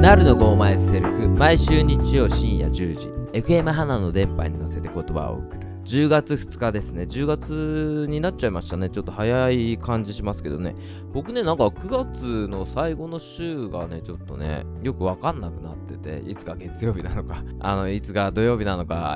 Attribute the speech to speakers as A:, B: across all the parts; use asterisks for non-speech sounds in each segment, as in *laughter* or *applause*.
A: なるのがお前セルフ毎週日曜深夜10時 FM 花の電波に乗せて言葉を送る10月2日ですね10月になっちゃいましたねちょっと早い感じしますけどね僕ねなんか9月の最後の週がねちょっとねよくわかんなくなってていつが月曜日なのかあのいつが土曜日なのか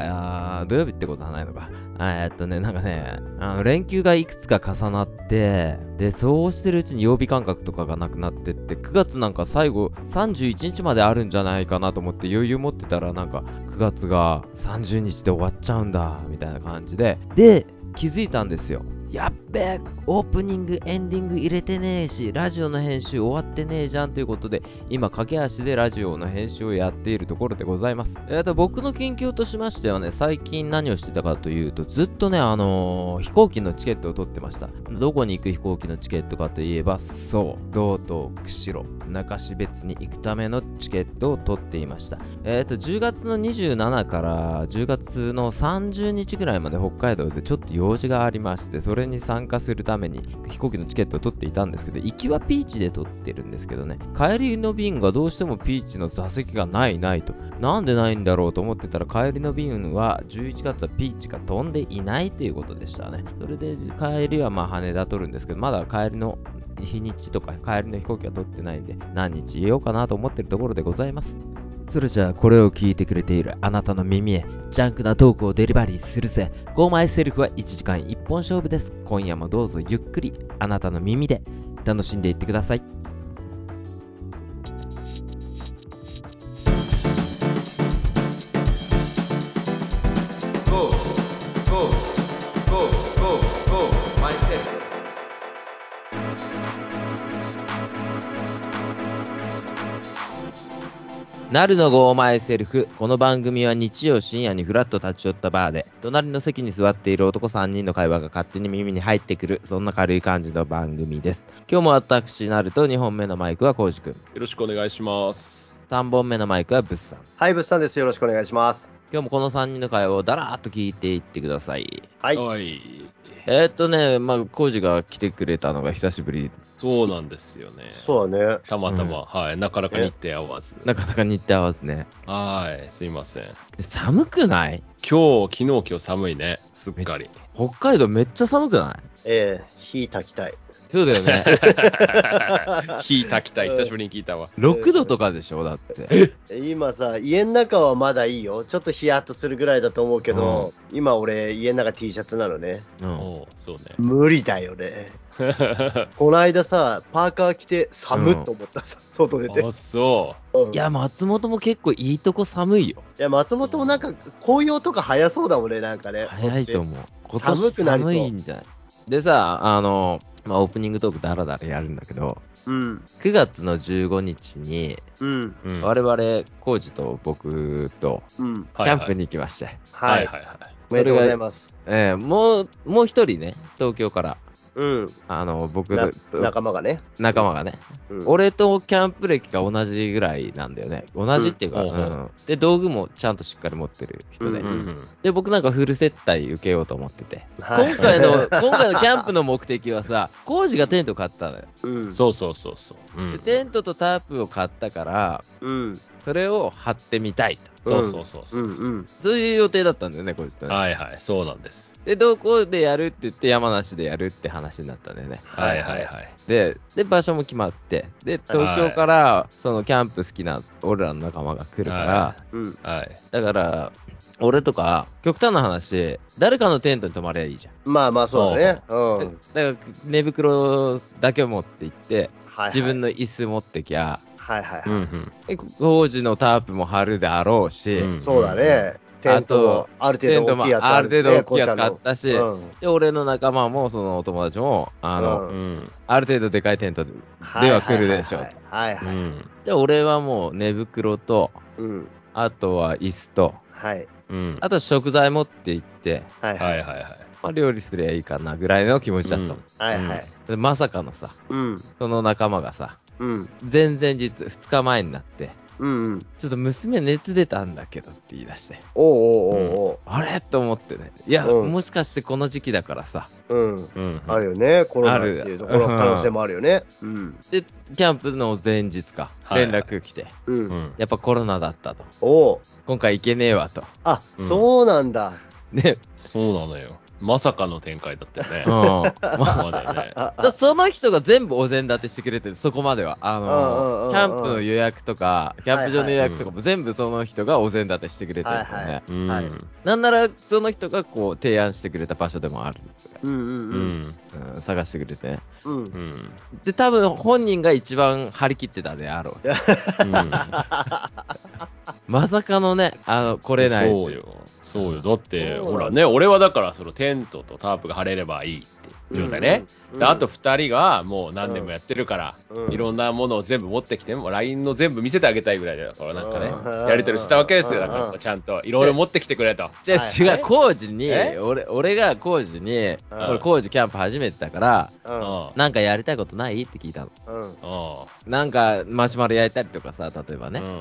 A: あー土曜日ってことはないのかあーえっとねなんかねあの連休がいくつか重なってでそうしてるうちに曜日感覚とかがなくなってって9月なんか最後31日まであるんじゃないかなと思って余裕持ってたらなんか9月が30日で終わっちゃうんだみたいな感じでで気づいたんですよやっべえオープニングエンディング入れてねえしラジオの編集終わってねえじゃんということで今駆け足でラジオの編集をやっているところでございますえっと僕の近況としましてはね最近何をしてたかというとずっとねあのー飛行機のチケットを取ってましたどこに行く飛行機のチケットかといえばそう道東釧路中標津に行くためのチケットを取っていましたえっ、と、10月の27から10月の30日ぐらいまで北海道でちょっと用事がありまして、それに参加するために飛行機のチケットを取っていたんですけど、行きはピーチで取ってるんですけどね、帰りの便がどうしてもピーチの座席がないないと、なんでないんだろうと思ってたら、帰りの便は11月はピーチが飛んでいないということでしたね。それで帰りはまあ羽田取るんですけど、まだ帰りの日にちとか帰りの飛行機は取ってないんで、何日言えようかなと思ってるところでございます。それじゃあこれを聞いてくれているあなたの耳へジャンクなトークをデリバリーするぜ Go My Self は1時間1本勝負です今夜もどうぞゆっくりあなたの耳で楽しんでいってくださいなるのごお前セルフ。この番組は日曜深夜にふらっと立ち寄ったバーで、隣の席に座っている男3人の会話が勝手に耳に入ってくる、そんな軽い感じの番組です。今日も私、なると2本目のマイクはこうじくん、
B: よろしくお願いします。
A: 3本目のマイクはぶっさん。
C: はい、物産です。よろしくお願いします。
A: 今日もこの3人の会話をだらーっと聞いていってください。
C: はい。
B: はい。
A: えー、っとね、まあ、コージが来てくれたのが久しぶり、
B: そうなんですよね。
C: そうだね。
B: たまたま、
A: うん
B: はい。なかなか日程合わず。
A: なかなか日程合わずね。
B: はい。すいません。
A: 寒くない
B: 今日、昨日、今日寒いね。すっか
C: *laughs*
B: り。
A: 北海道めっちゃ寒くない
C: ええ火炊きたい。
A: そうだよね。
B: 火炊きたい。久しぶりに聞いたわ。
A: 6度とかでしょだって。
C: 今さ、家の中はまだいいよ。ちょっとヒヤッとするぐらいだと思うけど、今俺、家の中 T シャツなのね。
A: うん。
B: おうそうね。
C: 無理だよね。こないださ、パーカー着て寒っと思ったさ、外出て。
B: あ、そ
C: うん
A: いや、松本も結構いいとこ寒いよ。
C: いや松本もなんか紅葉とか早そうだもんね、なんかね。
A: 早いと
C: う。
A: 思う。今
C: 寒
A: 年
C: くなりそう
A: 寒いんじゃないでさ、あの、まあ、オープニングトークダラダラやるんだけど、
C: うん。
A: 9月の15日に、
C: うん。
B: う。うん、
A: 我々、コージと僕と、
C: うん。
A: キャンプに行きまして。
C: は
B: はい
C: い。
B: はいはい。
C: おめでとうございます。
A: ええもう、もう一人ね、東京から、
C: うん。
A: あの、僕
C: な
A: と
C: 仲間がね。
A: 仲間がね、
C: うん
A: 俺とキャンプ歴が同じぐらいなんだよね。同じっていうか、
B: うん
A: うんで、道具もちゃんとしっかり持ってる人で。
B: うん
C: う
B: んうん。
A: で、僕なんかフル接待受けようと思ってて。
C: はい
A: 今回
B: *laughs*
A: の、今回のキャンプの目的はさ、工事がテント買ったのよ。
C: *laughs* うん。
B: そうそうそうそう。う
A: で
B: ん。
A: テントとタープを買ったから、
C: うん。
A: それを張ってみたいと。
B: そうそうそうそうう、
C: んうん。
A: そういう予定だったんだよね、工事とね。
B: はいはい。そうなんです。
A: で、どこでやるって言って、山梨でやるって話になったんだよね。
B: はいはいはい。
A: でで場所も決まってで東京からそのキャンプ好きな俺らの仲間が来るから、
B: は
C: うん。
B: はい。
A: だから俺とか極端な話誰かのテントに泊まりゃいいじゃん、
C: まあまあそうだね。う
A: でだ
C: ん。
A: から寝袋だけ持って行って
C: はいはい
A: 自分の椅子持ってきゃ
C: はいはい
B: うん
C: は
A: で工事のタープも張るであろうし、
B: うん
C: い。そうだね。テントもある
A: テン
C: 程
A: ト
C: 度
A: も
C: 大きいやつ
A: ある程度大きいやつ買
C: ある
A: っ
C: ね
A: たし、
C: 紅茶
A: で俺の仲間もそのお友達もあの、
C: う
B: うんん。うん。
A: ある程度でかいテントで
C: の
A: では来るでしょう
C: はいはいはいは
B: う
C: い。
B: ん。
A: で俺はもう寝袋と
C: うん。
A: あとは椅子と
C: はい。
B: うん。
A: あと食材持って行って、
C: はい
B: は
C: はいい。
B: はいはい。
A: まあ、料理すりゃいいかなぐらいの気持ちだったもん、
C: はいはい。
A: でまさかのさ
C: うん。
A: その仲間がさ
C: うん。
A: 前々日2日前になって
C: うんうん。
A: ちょっと娘熱出たんだけどって言い出して。
C: おうおうおう
A: あれと思ってね。いや、
C: うん
A: もしかしてこの時期だからさ。
C: おう。うん。
B: うん。
C: あるよね、コロナっていうところの可能性もあるよね。うん。
A: で、キャンプの前日か、
B: はい
A: 連絡来て、
C: う。
B: うんん。
A: やっぱコロナだったと。
C: おう
A: 今回行けねえわと。
C: あ、
B: うん
C: そうなんだ。
A: ね。
B: そうなのよ。まさかの展開だったよね。
A: うん。まあ
B: まだ
C: *laughs*
B: ね。
C: あ、
A: *laughs* だその人が全部お膳立てしてくれてる、そこまでは。あ
C: うんうんうん
A: の
C: うん
A: キャンプの予約とか、キャンプ場の予約とかも全部その人がお膳立てしてくれてるんだよね。
C: はいはい
B: うん。
C: はい
A: なんなら、その人がこう提案してくれた場所でもある。
C: うんうん
B: う
C: うん。
B: ん。
A: うん、探してくれてね。
C: うん。
B: うん。うん。
A: で、多分本人が一番張り切ってたであろ
C: *laughs*
A: う。まさかのね、あの、来れない。
B: そうよ。そうよ。だって、
C: そうなの
B: ほらね、俺はだから、そのテントとタープが張れればいいって状態ね。
C: うん
B: であと2人がもう何年もやってるから、
C: うん
B: いろんなものを全部持ってきて、もう LINE の全部見せてあげたいぐらいだから、なんか
C: うん
B: ね、やり取りしたわけですよ、
C: う
B: だ
C: ん
B: からちゃんといろいろ持ってきてくれと。
A: じゃ
C: はい
A: あ違う、工事に
B: え、
A: 俺、俺が工事に、こ
C: うん
A: れ工事キャンプ始めてたから、
B: うん。
C: う
A: なんかやりたいことないって聞いたの。
C: ん。うん。
B: う
A: なんか、マシュマロ焼いたりとかさ、例えばね。
B: ん。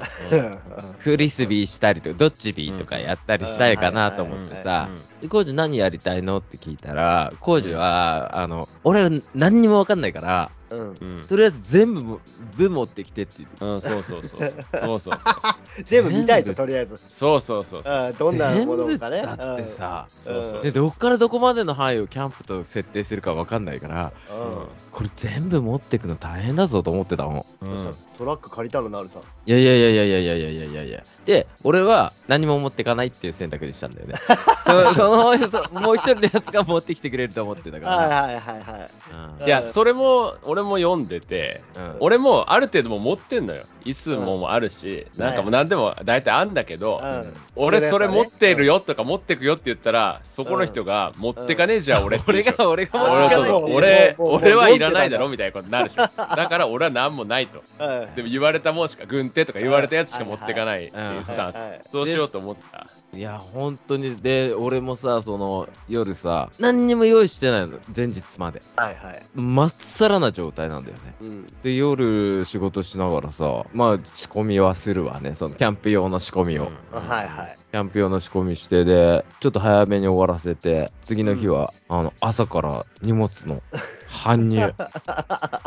A: フリスビーしたりとか、ドッジビーとかやったりしたいかなと思って
C: うん
A: さ、でコージ何やりたいのって聞いたら、コージは、あの、俺は何にもわかんないから、
C: うん。
B: うん。
A: とりあえず全部も、部持ってきてって言って。
B: うん、そうそうそうそう。そうそう
C: 全部見たいと、とりあえず。
B: そう。そうそうそう。
C: うんどんなものかね。
A: 全部だってさ、
B: そうそう
A: で、どっからどこまでの範囲をキャンプと設定するかわかんないから、
C: うんうん
A: これ全部持ってくの大変だぞと思ってたもん。
B: う
C: どうした
B: ん。
C: トラック借りたのなるさん。
A: いやいやいやいやいやいやいやいやいやで、俺は何も持ってかないっていう選択にしたんだよね。 *laughs* そそのそもう一人のやつが持ってきてくれると思ってたからね。
C: はいはいはいはい。
A: うん
B: いや、それも、俺も読んでて、
A: うん
B: 俺もある程度もう持ってんのよ。椅子ももあるし、
C: うん
B: なんかもう何でも大体あんだけど、
C: うん
B: 俺それ持ってるよとか持ってくよって言ったら、そこの人が持ってかねえじゃん、俺って言
A: 俺
B: うでしょ。
A: が、俺が
C: あ
A: 持
B: 俺
C: ー
A: ってか
B: そう
A: ない
B: そう
C: もう
B: 俺
C: もうもう
B: 俺はいらないだろみたいなことになるでしょ。だから俺は何もないと。
C: うんうん
B: でも言われたもんしか、軍手とか言われたやつしか持ってかないっていうスタン
C: はいはいはい
B: ス。そうしようと思った。
A: いや、本当に、で、俺もさ、その、夜さ、何にも用意してないの、前日まで。
C: はいはい。
A: まっさらな状態なんだよね。
C: うん。
A: で、夜、仕事しながらさ、まあ、仕込みはするわね、その、キャンプ用の仕込みを。
C: はいはい。
A: キャンプ用の仕込みしてで、ちょっと早めに終わらせて、次の日は、あの、朝から荷物の搬
B: *laughs*
A: 入、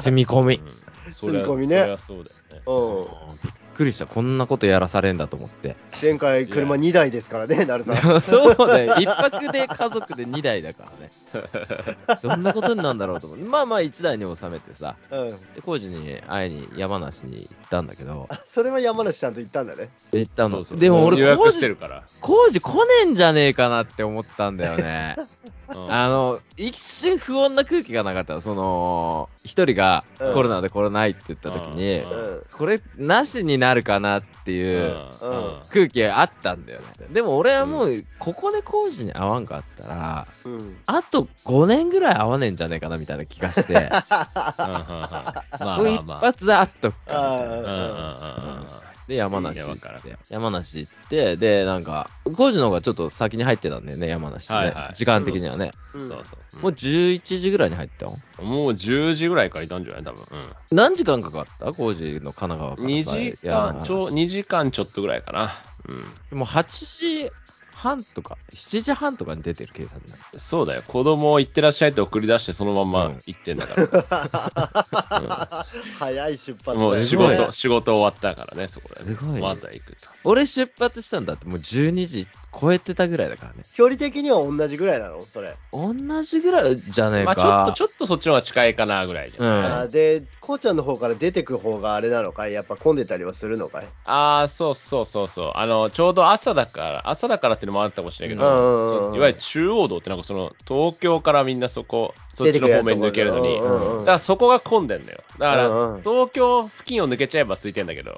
A: 積み込み。びっ
B: うん
C: 積み込みね
B: そりゃそりゃそうだよね。
C: うん。
A: くりした、こんなことやらされんだと思
B: *laughs*
A: って。
C: 前回、車2台ですからね、なるさん。
A: そうだよ、一泊で家族で2台だからね。どんなことになるんだろうと思って。まあまあ1台に収めてさ、
C: うん。
A: で、工事に会いに山梨に行ったんだけど、
C: それは山梨ちゃんと行ったんだね。
A: 行ったの。
B: *laughs* そうそう
A: でも
B: 予
A: 俺、工
B: 約してる
A: 事、
B: から。
A: 工事来ねえんじゃねえかなって思ったんだよね。
B: うん
A: あの、一瞬不穏な空気がなかった。その、一人が
C: うん
A: コロナでコロナないって言った時に、
B: うん
C: うん。
A: これなしになるかなって
B: う
A: いう
C: うん
B: ん
A: 空気があったんだよね。でも俺はもう、ここで工事に合わんかったら、
C: うん。
A: あと5年ぐらい合わねえんじゃねえかなみたいな気が
B: *laughs*
A: して、
B: うんうんうんまあ
A: これ
B: ま
A: 一
B: あまあ。
A: 発であっとくかみたいな。
C: あ
A: で、山梨
B: いいね
A: 行っ
B: わか
A: て、山梨行って、で、なんか、工事の方がちょっと先に入ってたんだよね、山梨ね、
B: はいはい
A: 時間的にはね。
C: う
B: うん
C: ん。
B: そうそう
A: もう11時ぐらいに入ったの
B: うんもう10時ぐらいからいたんじゃない多分。うん
A: 何時間かかった工事の神奈川から
B: 2
A: さ
B: 時
A: 山
B: 間
A: 梨
B: ちょ、2時間ちょっとぐらいかな。
A: もう8時半とか7時半とかに出てる計算だ
B: うん。そうだよ。子供を行ってらっしゃいって送り出して、そのまんま行ってんだか
C: 早い出
B: ら。
C: 発
B: もう仕事、
C: し
B: 仕事終わったからね、そこです
A: ごいね
B: また行くと。
A: 俺出発したんだってもう12時超えてたぐらいだからね
C: 距離的には同じぐらいなのそれ。
A: 同じぐらいじゃねえ
B: ま
A: か
B: あちょっと、ちょっとそっちの方が近いかなぐらいじゃん。
A: うん
C: あーで、こうちゃんの方から出てく方があれなのかいやっぱ混んでたりはするのかい
B: ああ、そうそうそうそう。あの、ちょうど朝だから、朝だからっていうのもあったかもしれないけど、
C: うんうんうん
B: そういわゆる中央道ってなんかその、東京からみんなそこ、そっちの方面抜けるのに、
C: 出てくるやつうんうんうん
B: だからそこが混んでんだよ。だから、
C: うんうん
B: 東京付近を抜けちゃえば空いてんだけど、
A: ん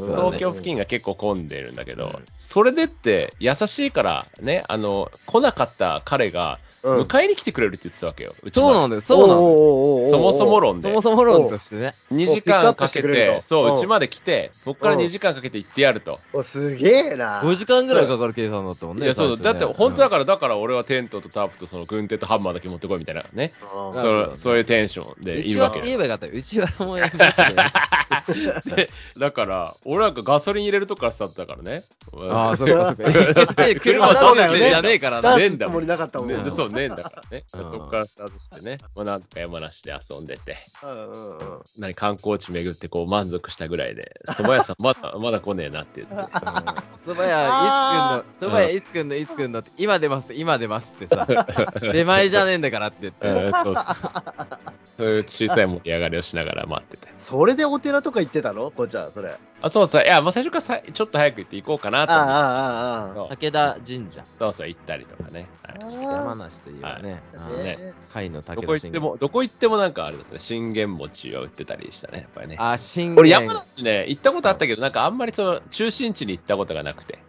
A: そうだね
B: 東京付近が結構混んでるんだけど、それでって優しいからね、あの、来なかった彼が、
C: うん
B: 迎えに来てくれるって言ってたわけよ。うち
A: そうなんだよそうなんだよ
C: の
B: そもそも論で
A: そ。もそも論としてね
B: 2
C: お
B: 時間か
C: ピックアップして
B: け
C: くれる
B: て
C: と、
B: そうう、
C: ん
B: うちまで来て、そこから2時間かけて行ってやると。
C: おすげえな。
A: 5時間ぐらいかかる計算だったもんね
B: いや、そうそう。だ
A: 最
B: っ
A: 初
B: て、
A: ね
B: 本当だから、だから俺はテントとタープとその軍手とハンマーだけ持ってこいみたいなね。
C: うん
A: な
B: そ
A: るほど
B: うそういうテンション
A: う
B: でい
A: ち
B: るわ
A: は
B: けよ *laughs*
A: 言えばよかったようちはもうやめてくれ
B: でだから、俺なんかガソリン入れるとこからスタートだからね。
A: ああ、そうか *laughs*
B: *laughs*
A: そうか。だって車
B: 車
A: そ
B: そうう
A: だよ
B: だよ
A: ね。
B: ね
A: じゃねえから
B: だ
A: な。
B: っ
C: 出
B: ね
C: すつもりなかったもん
B: ね
C: ね。
A: うん
B: そうねんだからね。
A: うん
B: そこからスタートしてね。まあ、なんとか山梨で遊んでて、
C: うんうんうん
B: 何観光地巡ってこう満足したぐらいで、蕎麦屋さん
A: *laughs*
B: まだまだ来ねえなって言って。
A: そばやいつくんの、そばやいつくんのいつくんのって、今出ます、今出ますってさ、 *laughs* 出前じゃねえんだからって言って。
B: うんそうそうそういう小さい盛り上がりをしながら待ってて。
C: それでお寺とか行ってたのこうちゃん、それ。あ
B: あ、そうそう。いや、まあ、最初からさちょっと早く行って行こうかな
C: あ、
B: と思って。
C: ああ、ああ。
A: 武田神社、
B: そうそう、行ったりとかね。はいして
C: あー
A: 山梨といえばね、あの
C: ね
A: ね甲斐の
B: ど
A: 武田
B: こ行っ
A: 信
B: て
A: 玄。
B: も、どこ行ってもなんかあれですね、信玄餅を売ってたりしたね、やっぱりね。
A: あ、信玄。
B: 俺、山梨ね、行ったことあったけど、なんかあんまりその中心地に行ったことがなく
A: う
B: て、
A: ん、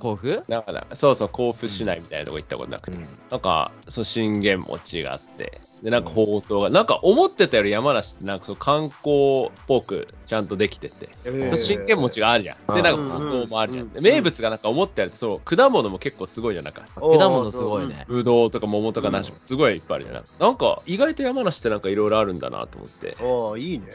A: 甲府
B: なんかなそうそう、甲府市内みたいなとこ行ったことなくて、なんか、そう、信玄餅があって、で、なんか、ほうとうが、なんか思ってたより山梨って、なんか、観光っぽくちゃんとできてて、
A: えー
B: そう信玄餅があるじゃん。で、なんか、
A: うん
B: ほうとうもあるじゃん。で
C: うん
B: 名物がなんか思ったより、そう、果物も結構すごいじゃん、なんか。
A: 果物すごいね。
B: ぶどうとか桃とか梨もすごいいっぱいあるじゃない、なんか意外と山梨ってなんかいろいろあるんだなと思って
C: おおいいね。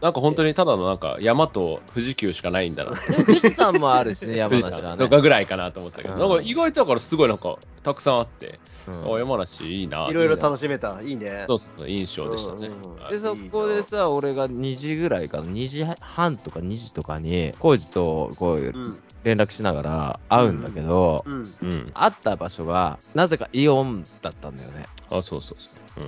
B: なんか本当にただのなんか山と富士急しかないんだな
A: でも富士山もあるしね、山
B: 富士
A: 梨は
B: 山
A: ね
B: と。かぐらいかなと思ってたけど、
A: うん
B: なんか意外とだからすごいなんかたくさんあって、
A: うん
B: あ山梨いいない
C: ろいろ楽しめた。いいね
B: そ。うそうそう印象でしたね、
C: うんうんうん
B: はい
A: でそこでさ俺が2時ぐらいかな2時半とか2時とかにコ二とこう
C: うん。
A: 連絡しながら会うんだけど、
C: うん。
B: うん
A: 会った場所がなぜかイオンだったんだよね
B: あそうそうそう、うん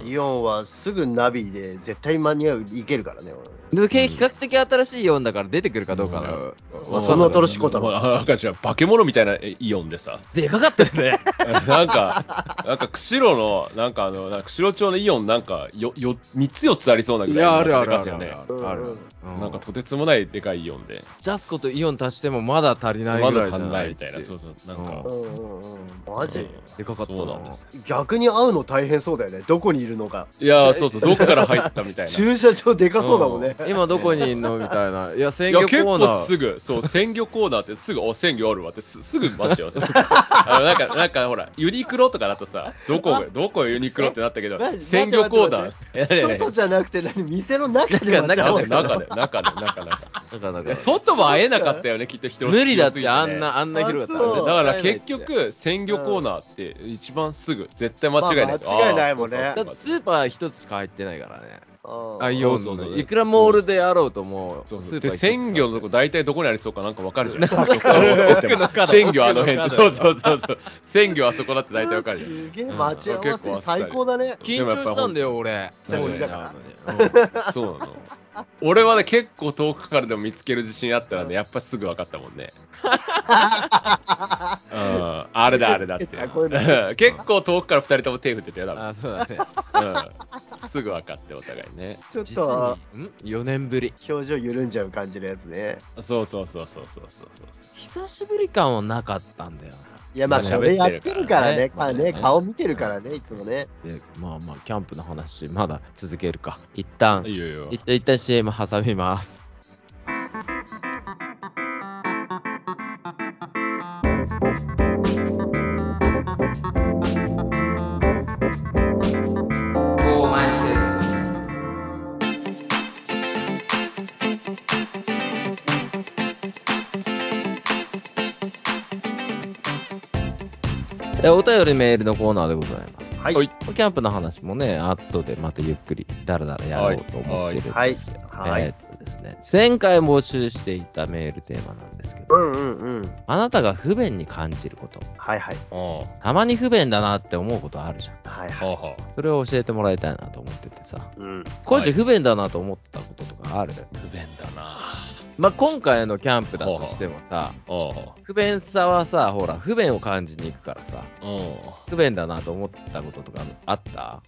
C: イオンはすぐナビで絶対間に合う、行けるからね。俺
A: でけ比較的新しいイオンだから出てくるかどうかな、
B: うん
A: まあ
C: その恐ろしいことだ
B: まあなんかじゃあ化け物みたいなイオンでさ
A: でかかったよ *laughs* ね
B: *laughs* なんかなんか釧路のなんかあのなんか釧路町のイオンなんかよよ3つ4つありそうなぐらいでかさよね
C: るある
A: うん
B: なんかとてつもないでかいイオンで
A: ジャスコとイオン足してもまだ足りない
B: ま
A: ぐら
B: だ
A: いじゃ
B: 足ん
A: な
B: ない
A: い
B: みたいなそうそうなんか、
A: うん
C: うんうんうん。マジ
A: でかかったな
B: そうなんですよ
C: 逆に会うの大変そうだよね。どこにいるのか。
B: いやーそうそうどっから入ったみた
A: *laughs*
B: いな
C: 駐車場でかそうだもんね。
A: 今どこにいんのみたいないや鮮
B: いや
A: 魚コ
B: 結
A: ーナ
B: 構
A: ー
B: すぐ
A: *laughs*
B: そう鮮魚コーナーってすぐお鮮魚あるわってすすぐ待っちゃうあのなんかなんかほらユニクロとかだとさどこがどこユニクロってなったけ
C: *laughs*
B: ど
C: な
B: 鮮魚コーナーえ何何
C: 外じゃなくて何店の中で待ち合わ
B: 中
C: せ
B: で
C: なの
B: 中で中で中
A: *laughs*
B: で
A: だからなん
B: い
A: か
B: や外も会えなかったよねきっと人
A: 無理だって
B: 多すぎね
A: あんなあんな広かった
C: あそ
B: だ
A: ら
C: う
B: から結局鮮魚コーナーって一番すぐ絶対間違いない、
C: まあ間違いないもんね
B: あー
A: だってスーパー一つしか入ってないからね。
C: うん
A: あ、イ
B: よ
A: オ
B: う
A: ン
B: そうそう
A: の。いくらモールであろうとも、
B: そう
A: ス
B: そう
A: ーパー
B: で
A: 一つしか
B: 鮮魚のとこ大体どこにありそうかなんかわかるじゃん
A: る奥の角
B: 鮮魚あの辺ってそ
A: 奥
B: うそうそうそう鮮魚あそこだって大体わかるじゃん
C: すげえ待ち合わせ最高だね。
A: 緊張したんだよ、俺。
C: でもやっぱ
A: モ
C: ほんと
A: ールにあるのにうん
B: そうなの。俺はね、結構遠くからでも見つける自信あったらね、やっぱすぐ分かったもん
C: *laughs*
B: ね。うん、あれだあれだって。
C: あこうい
B: *laughs*
C: う
B: 結構遠くから2人とも手振ってたよ、多
A: *laughs* あ、そうだね。
B: 分。うん、すぐ分かって、お互いね。
C: ちょっ
A: 実
C: と
A: に、ん ?4 年ぶり。
C: 表情緩んじゃう感じのやつね。
B: そうそうそうそうそうそうそう。
A: 久しぶり感はなかったんだよ
C: いやまあ
B: まあ
C: これやってるから
A: 喋って
C: ね
A: る
C: ま
A: から
C: あ
A: ね
C: ね顔見てるからねいつもね。
A: な。で、まあまあ、キャンプの話、まだ続けるか。一旦、
B: いいよいいよ。
A: 一旦一旦 CM 挟みます。えお便りメールのコーナーでございます。
C: はい
B: はい
A: キャンプの話もね、後でまたゆっくりだらだらやろうと思ってるんですけど、
C: はいはい
A: えーっとですね、前回募集していたメールテーマなんですけ
C: う
A: ど、
C: んうんうん
A: あなたが不便に感じること、
C: はいはい
B: うん
A: たまに不便だなって思うことあるじゃん。
C: はい
B: はあ
C: はい。
B: はあ
A: それを教えてもらいたいなと思っててさ、
C: うん
A: コーチ不便だなと思ったこととかある、
B: 不便だな
A: まあ、今回のキャンプだとしてもさ、
B: う
A: 不便さはさ、ほら、不便を感じに行くからさ、
B: ん。うん。
A: 不便だなと思ったこととかあった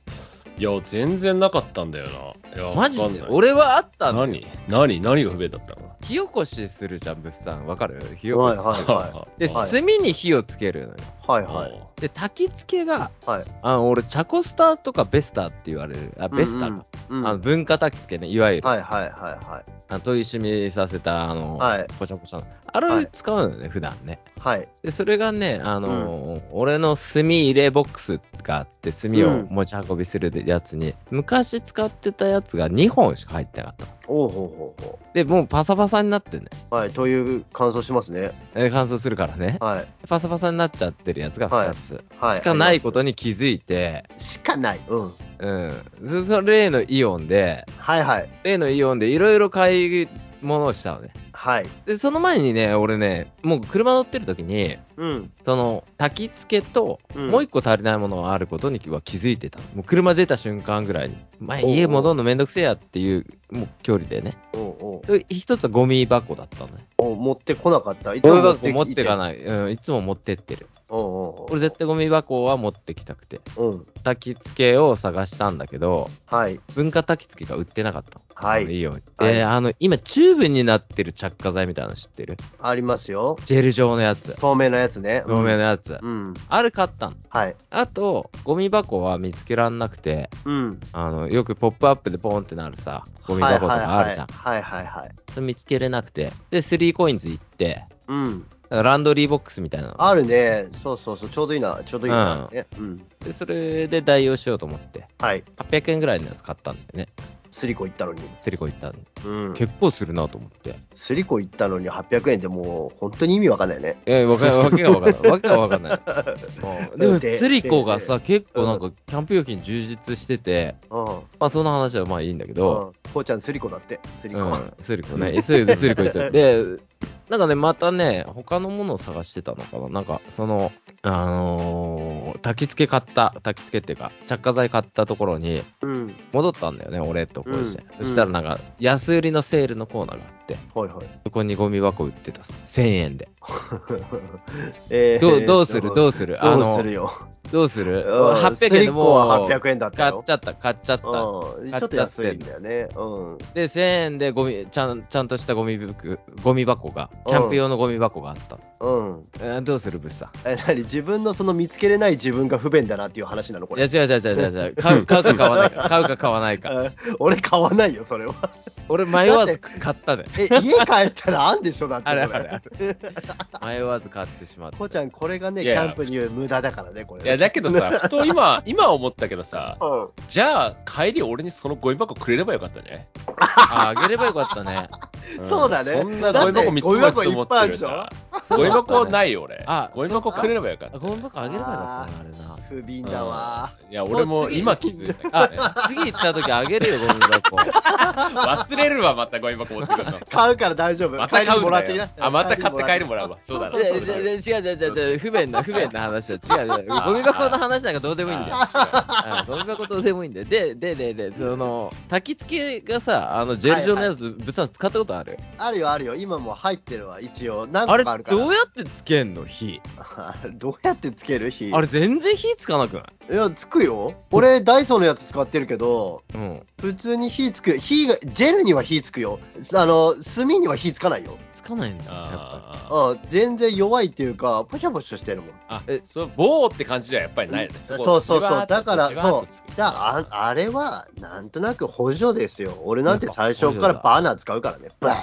B: いや、全然なかったんだよな。いや
A: マジ
B: わかん
A: で
B: ない
A: 俺はあったんだよ
B: 何何何が不便だったの
A: 火起こしするじゃん、物産。わかる火起
C: は
A: こ
C: い
A: し。
C: はい
B: *laughs*
C: は
A: で、
C: はい
A: 炭に火をつけるのよ。
C: いはいはい
A: で、焚き付けが、
C: はい。
A: あ俺、チャコスターとかベスターって言われる。あ、ベスターか。
C: うんうんうん
A: あの文化焚き付けね、いわゆる、
C: はいはいはいはい。
A: あの研ぎ締めさせた、あの、
C: はい
A: ポチャポチャの。あ
C: は
A: れ
C: い
A: 使うのよね、普段ね。
C: はい。
A: で、それがね、あのー俺の炭入れボックスがあって、炭を持ち運びするやつに、昔使ってたやつが2本しか入ってなかったの。
C: おうほうほうほ
A: で、もうパサパサになってね、
C: う。はい。という感想しますね。
A: えー乾燥するからね。
C: はい。
A: パサパサになっちゃってるやつが2つ。
C: はい。
A: しかないこ
C: あ
A: とに気づいて、
C: りますしかない。うん。
A: うん。そそれ例のイオンで、
C: はいはい。
A: 例のイオンでいろいろ買い物をしたのね。
C: はい。
A: で、その前にね、俺ね、もう車乗ってる時に、
C: うん。
A: その、焚き付けと、
C: うん
A: もう一個足りないものがあることには気づいてたの。もう車出た瞬間ぐらいに。まあ、
C: おう
A: 家戻るのめんどくせえやっていう、もう距離でね。
C: おうおう
A: で一つはゴミ箱だったのね。
C: おう持ってこなかった。い
A: ゴミ箱持ってか
C: い。
A: ない。うん、いつも持ってってる。
C: おうおうおう
A: 俺絶対ゴミ箱は持ってきたくて。
C: うん。
A: 焚き付けを探したんだけど、
C: はい。
A: 文化焚き付けが売ってなかったの。
C: はい
A: あのいいように。で、
C: はい
A: あの、今、チューブになってる着火剤みたいなの知ってる
C: ありますよ。
A: ジェル状のやつ。
C: 透明なやつね。
A: 透明のやつ。
C: うん。
A: あれ買ったの。
C: はい。
A: あと、ゴミ箱は見つけらんなくて、
C: うん。
A: あの、よくポップアップでポーンってなるさ、ゴミ箱とかあるじゃん。
C: はいはいはいはいはい。
A: それ見つけれなくて。で、3コインズ行って、
C: うん。
A: ランドリーボックスみたいなの。
C: あるね。そうそうそう。ちょうどいいな。ちょうどいいな。ねうん。
A: で、それで代用しようと思って、
C: はい。
A: 800円ぐらいのやつ買ったんだよね。
C: スリコ行ったのに。
A: 3コイン行ったの。
C: うん。
A: 結構するなと思って。
C: スリコ行ったのに800円ってもう本当に意味わかんないね。
A: え、わかんない。わけがわかんない。わけがわかんない。うんでも、
C: で
A: スリコがさ、結構なん
C: う
A: か、キャンプ用品充実してて、
C: うん。うん。
A: まあ、その話はまあいいんだけど、
C: こうちゃんスリコだって。スリコ。
A: うん、スリコね。スリコ、スリコ行
C: *laughs*
A: って。で、なんかね、またね、他のものを探してたのかな。なんか、その、あのー、焚き付け買った、焚き付けっていうか、着火剤買ったところに
C: うん。
A: 戻ったんだよね、俺とこうして。
C: う
A: そ
C: ん
A: したらなんか、安売りのセールのコーナーがあって、
C: はいはい。
A: そこにゴミ箱売ってたっす。1000円で。
C: えー
A: どうどうするどうするあ
C: どうす
A: の
C: る、よ。
A: どうする
C: うんス
A: ?800 円で
C: リコ
A: も
C: は
A: う、
C: 800円だった
A: 買っ
C: よ。
A: ちゃった、買っちゃった。
C: うん、ちょっと安いんだよね。うん。
A: で、1000円でゴミちゃんちゃんとしたゴミ袋ゴミ箱が、キャンプ用のゴミ箱があった。
C: うん。
A: えーどうする、ブッさん。
C: え、なに自分のその見つけれない自分が不便だなっていう話なのこ
A: いや、
C: れ。
A: 違う違う違う違う違う。
C: *laughs*
A: 買う買うか買わないか。買うか買わないか。
C: あ俺買わないよ、それは。
B: *laughs*
A: 俺、迷わ
C: だ
A: ず
C: っ
A: 買ったで。
C: え、家帰ったらあんでしょだって
A: あ
C: こ
A: れ
C: れ。
A: あれあれ。迷わず買ってしまった。
C: こうちゃん、これがね、
B: い
C: キ
B: や
C: ャンプに言う無駄だからね、これ。
B: いや、だけど *laughs* さ、ふと今、今思ったけどさ、
C: うん
B: じゃあ、帰り俺にそのゴミ箱くれればよかったんじゃない
A: ああげればよかったね。ん
C: そうだね
B: そんなゴミ箱3つも4つ持ってる
C: だっ
B: さ。
A: そう
B: ゴ
A: だったね
B: ミ箱ないよ俺。
A: あ
B: ゴミ箱くれればよかった
A: あ。ゴミ箱あげればよかったな、あれな。
C: 不憫だわ。
B: いや、俺も今気づい *laughs* たけどね。
A: あ、次行った時あげるよ、ゴミ
C: *laughs*
A: 箱。
B: 忘れるわ、またゴミ箱持って *laughs* くるの。
C: 買うから大丈夫。
B: また買
C: 帰り
B: うん
C: もらっ
B: だ
C: てき
B: よ
C: な。。
B: あ、また買って帰りもらうわ。そうだ
A: い
B: な。
A: や
B: そ
A: いう
B: だ
A: や
B: な
A: 違う違う違う、不便な、不便な話は違う違う。ゴミ箱の話なんかどうでもいいんだよ。うんゴミ箱どうでもいいんだよ。で、で、で、で、その、焚き付けがさ、あの、ジェル状のやつ、ぶさん使ったことある
C: あるよ、あるよ。今もう入ってるわ、一応。何
A: あれ、
C: 個かあるから。
A: どうやってつけんの火。
C: あれどうやってつける火
A: あれ、全然火つかなくない
C: いや、つくよ。俺、ダイソーのやつ使ってるけど、
A: うん。
C: 普通に火つくよ。火が、ジェルには火つくよ。あの、炭には火つかないよ。
A: つかないんだ、やっぱ
B: あー
C: うん、全然弱いっていうか、ポシャポシャしてるもん。
B: あ、え、そう、棒って感じじゃやっぱりないよね。
C: そうそう
B: じわー
C: そう。
B: っと
C: だから、
B: じわーっ
C: そ
B: と
C: う
B: つく。
C: だからああれは、なんとなく補助ですよ。俺なんて
A: なんか
C: 最初から
A: 補助だ
C: バーナー使うからね。バーン
A: り。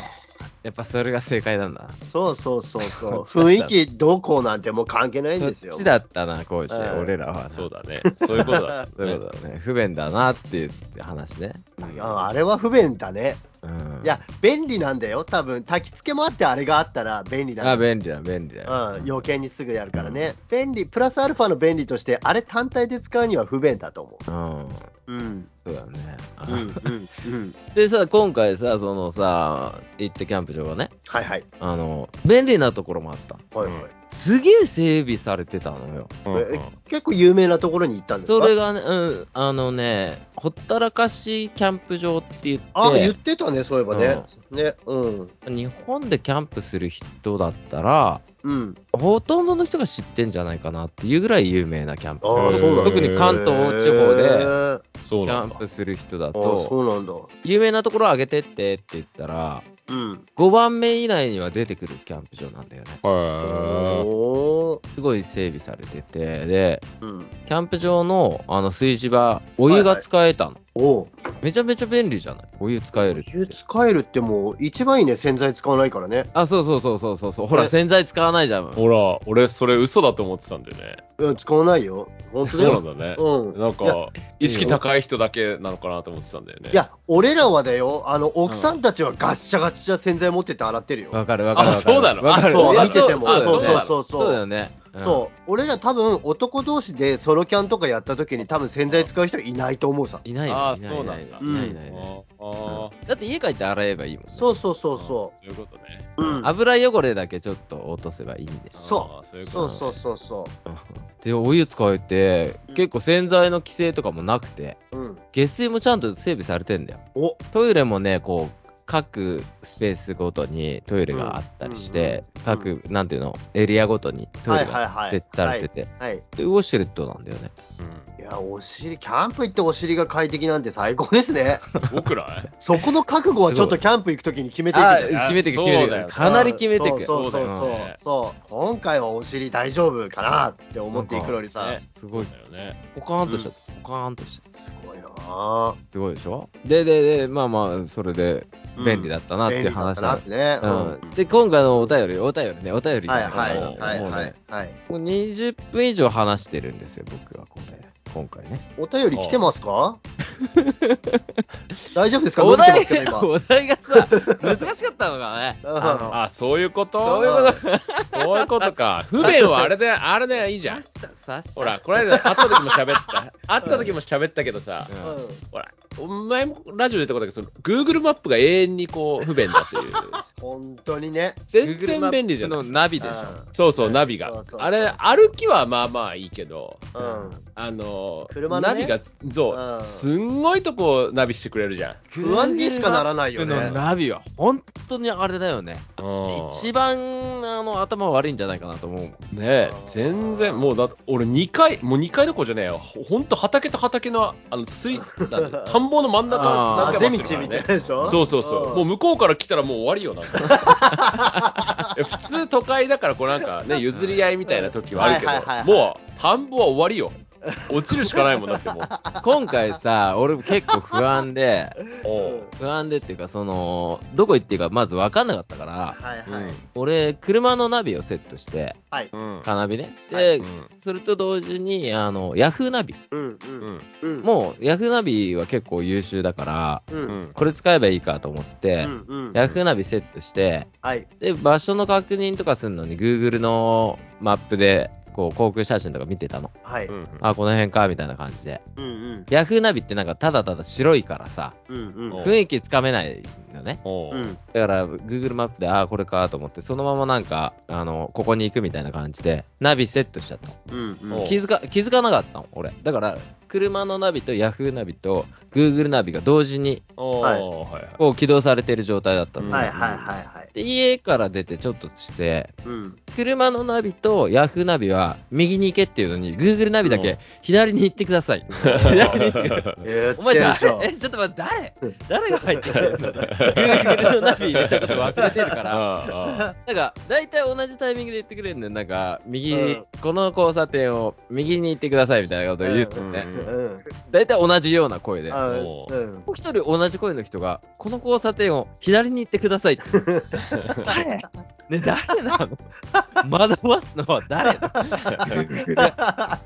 A: やっぱそれが正解なんだな。
C: そうそうそう
B: *laughs*
C: そう。雰囲気どうこうなんてもう関係ないん
A: そ
C: ですよ
A: っ。ちだったな、こうして、
C: うん
A: 俺らは。
B: そう
A: だ。
B: だね。そういうこと
C: *laughs*
B: だ。
A: そういうことだね。不便だなっていう話ね。
C: うんあれは不便だね。
A: うん。
C: いや、便利なんだよ。多分、焚き付けもあってあれがあったら便利な
A: あ、
C: んだよ。
A: 便利だ、便利だ
C: うん
A: よ。、
C: 余計にすぐやるからね。便利、プラスアルファの便利として、あれ単体で使うには不便だと思
A: うん。
C: う。うん、
A: そうだね。
C: うん、うん、うん。
A: でさ、今回さ、そのさ、行ったキャンプ場がね、
C: はいはい。
A: あの、便利なところもあった。
C: はいはい。
A: すげえ整備されてたのよ。
B: うん
C: え結構有名なところに行ったんです
A: そ
C: か
A: れがね、うん、あのね、ほったらかしキャンプ場って言って、
C: あ、言ってたね、そういえばね。ね、うん。
A: 日本でキャンプする人だったら、
C: うん。
A: ほとんどの人が知ってんじゃないかなっていうぐらい有名なキャンプ。
C: あ
B: ーそうなんだ
A: 特に関東地方
C: へ
A: で
C: ー
A: キ
B: そうな
A: ャン
B: んだ
A: プ。する人だ
C: あーそ
A: と、
C: うなんだ。
A: 有名なところ上げてってって言ったら、
C: うん。
A: 5番目以内には出てくるキャンプ場なんだよね。
B: へー
C: お
A: もすごい整備されてて、で、
C: うん。
A: キャンプ場のあの炊事場、お湯が使えたの、
C: おう
A: めちゃめちゃ便利じゃないお湯使えるって
C: 湯使えるってもう、一番いいね、洗剤使わないからね。
A: あ、そうそうそうそうそうそう。ほら、
C: ね
A: 洗剤使わないじゃん。
B: ほら、俺、それ嘘だと思ってたんでね。
C: うん、使わないよ。本当だ
B: そう
C: よ。
B: なんだね。
C: うん。
B: なん
C: いや
B: か、意識高い人だけなのかなと思ってたんだよね。
C: い、や、俺らはだよ、あの、奥さんたちはガッシャガッシャ洗剤持ってって洗ってるよ。
A: わかるわかるわかる。
B: あ、そうなの
A: わか
B: あ
A: る
C: そう、
B: いや
C: 見てても。
A: そう
C: そう
A: だよね
C: そうそう
A: そうだ
C: そ
A: よ
C: う。
A: ね。うん
C: そう、俺ら多分男同士でソロキャンとかやった時に多分洗剤使う人いないと思うさ。
A: いないよ。
B: あー
A: いない
B: そうなんだ
A: いないいないいないいない
B: あーあー、
A: うんだって家帰って洗えばいいもんね。
C: そうそうそうそ
B: そういうことね。
C: う。うん。
A: 油汚れだけちょっと落とせばいいんで
B: あ
C: そ
B: ーそうい
C: う。
B: うこ
C: そ
B: と
C: う
B: ね
C: そうそうそ
A: で、お湯使えて
C: う、ん
A: 結構洗剤の規制とかもなくて、
C: う。うん。
A: 下水もちゃんと整備されてんだよ。
C: お
A: トイレもね、こう、各スペースごとにトイレがあったりして、
C: うんうんうん
A: 各、なんていうの、エリアごとにトイレ
C: はいはい
A: が
C: はい
A: 設置されてて、
C: はい。
A: で、ウォシュレットなんだよね。
C: いや、お尻、キャンプ行ってお尻が快適なんて最高ですね。
B: うんすごく
C: *laughs*
B: ない
C: そこの覚悟はちょっとキャンプ行く時に決めていく
A: あ
C: じゃ
A: 決
C: ん。
A: めてく、決
B: そ
A: め
B: うだ
A: て
B: よ
A: く。かなり決めてく。
C: そうそうそう
B: そう
C: そ
B: だ
C: う
B: よね
C: そう今回はお尻大丈夫かなって思っていくのにさ、
B: ね
A: すごい
B: そうだよね。
A: ポカーンとした、ポカーンとした。
C: すごいなあ
A: すごいでしょで、で、で、まあまあ、それで便利だったなっていう話
C: だ
A: だ
C: っ。たなってね、うん
A: うんで、今回のお便り、お便りね、お便り
C: はい
A: なんだ
C: は
A: け
C: い
A: ど
C: はい
A: もう
C: はい
A: ね、
C: はい
A: もう20分以上話してるんですよ、僕はこれ、今回ね。
C: お便り来てますか大丈夫ですか
A: お
C: 伸び
A: 題
C: てますけど
A: が、
C: 今
A: お題がさ、難しかったのかね。
C: うん
A: あの
B: あ、そういうこと
A: そういうことか。
B: *laughs* そういうことか。不便はあれで、あれでいいじゃん
A: 刺。した、刺した。
B: ほら、この間会った時も喋った。会った時も喋ったけどさ
A: う、ん、
C: うん
B: ほら、お前もラジオで言ったことだけど、その Google マップが永遠にこう、不便だと
C: *laughs*
B: いう。
C: 本当にね
B: 全然便利じゃ
A: Google
B: な
A: マッ
B: い
A: プ。のナビでし
B: そうそう、ナビ
C: そう
B: が
C: そう。そう
B: あれ、歩きはまあまあいいけど、
C: う
A: ょ。
C: ん、
B: あの、
C: 車の
B: ナ
C: ね
B: ビが、そうう、
C: ん
B: すんごいとこナビしてくれるじゃん。
C: 不安にしかならないよね
A: Google マップのナビは、本当にあれだよね。一
B: 一
A: 番あの頭悪いんじゃないかなと思うもん。
B: ねえ
C: あー
B: 全然、もうだって俺2回、もう2回どころじゃねえよ。ほほんと畑と畑の、あの、水、なん
C: *laughs*
B: だ田んぼの真ん中
A: あー
B: 何
C: あぜ
B: 回
C: 道
B: も
C: み
B: 走るから
C: たいな
B: ね。
C: でしょ
B: そうそうそう。もう
C: う
B: 向こうから来たらもう終わりよ、なんか。え普通都会だから、こうなんかね、譲り合いみたいな時はあるけど
C: はいはいはいは、い
B: もう田んぼは終わりよ。落ちるしかないもんだってもう。
A: 今回さ、俺も結構不安
B: *laughs*
A: で、
B: お
C: うん
B: う
A: 不安でっていうか、その、どこ行っていいかまず分かんなかったから、
C: はいはい、
B: うん
A: 俺、車のナビをセットして、
C: はい
B: うん
A: カーナビね。で、
C: は
B: う
C: い
B: ん
A: それと同時に、あの、ヤフーナビ。
C: うん
B: うん
C: うん
A: もう、ヤフーナビは結構優秀だから、
C: うんう
B: うんん
A: これ使えばいいかと思って、
C: うん
A: ヤフーナビセットして、
C: はい
A: で、場所の確認とかするのに、Google のマップで、こう、航空写真とか見てたの。
C: はい
B: うん
A: あ、この辺か、みたいな感じで。
C: うんうん
A: ヤフーナビってなんか、ただただ白いからさ、
C: うんうん
B: お
A: 雰囲気つかめないのね。
B: おう
C: うん
A: だから、Google マップで、ああ、これかと思って、そのままなんか、あの、ここに行くみたいな感じで、ナビセットしちゃったの。
C: うんうん
B: おう
A: 気づか、気づかなかったの、俺。だから、車のナビと Yahoo ナビと Google ナビが同時に、
B: おう
C: はい
B: はいはい
A: こう起動されてる状態だったの。
B: うん
C: はいはいはいはい。
A: で、家から出てちょっとして、
C: うん。
A: 車のナビと Yahoo ナビは右に行けっていうのに、Google ナビだ
B: う
A: け
B: ん
A: 左に行ってください。左に
B: *laughs*
A: 行って
C: 言って
A: お前
C: るでしょ
A: 誰え、ちょっと待って、誰誰が入ってるの ?Google のナビ入れたこと忘れてるか
B: あ *laughs*
A: ら。
B: あああ
A: なんか、大体同じタイミングで言ってくれるんだよ。なんか、右、
C: うん
A: この交差点を右に行ってくださいみたいなこと言うとね。
B: うん
C: うん。
A: 大体同じような声で。
C: あ
B: もう
C: うん。
A: も
C: *laughs*
A: う一人同じ声の人が、この交差点を左に行ってくださいって。誰ね、誰なの惑わすのは誰だ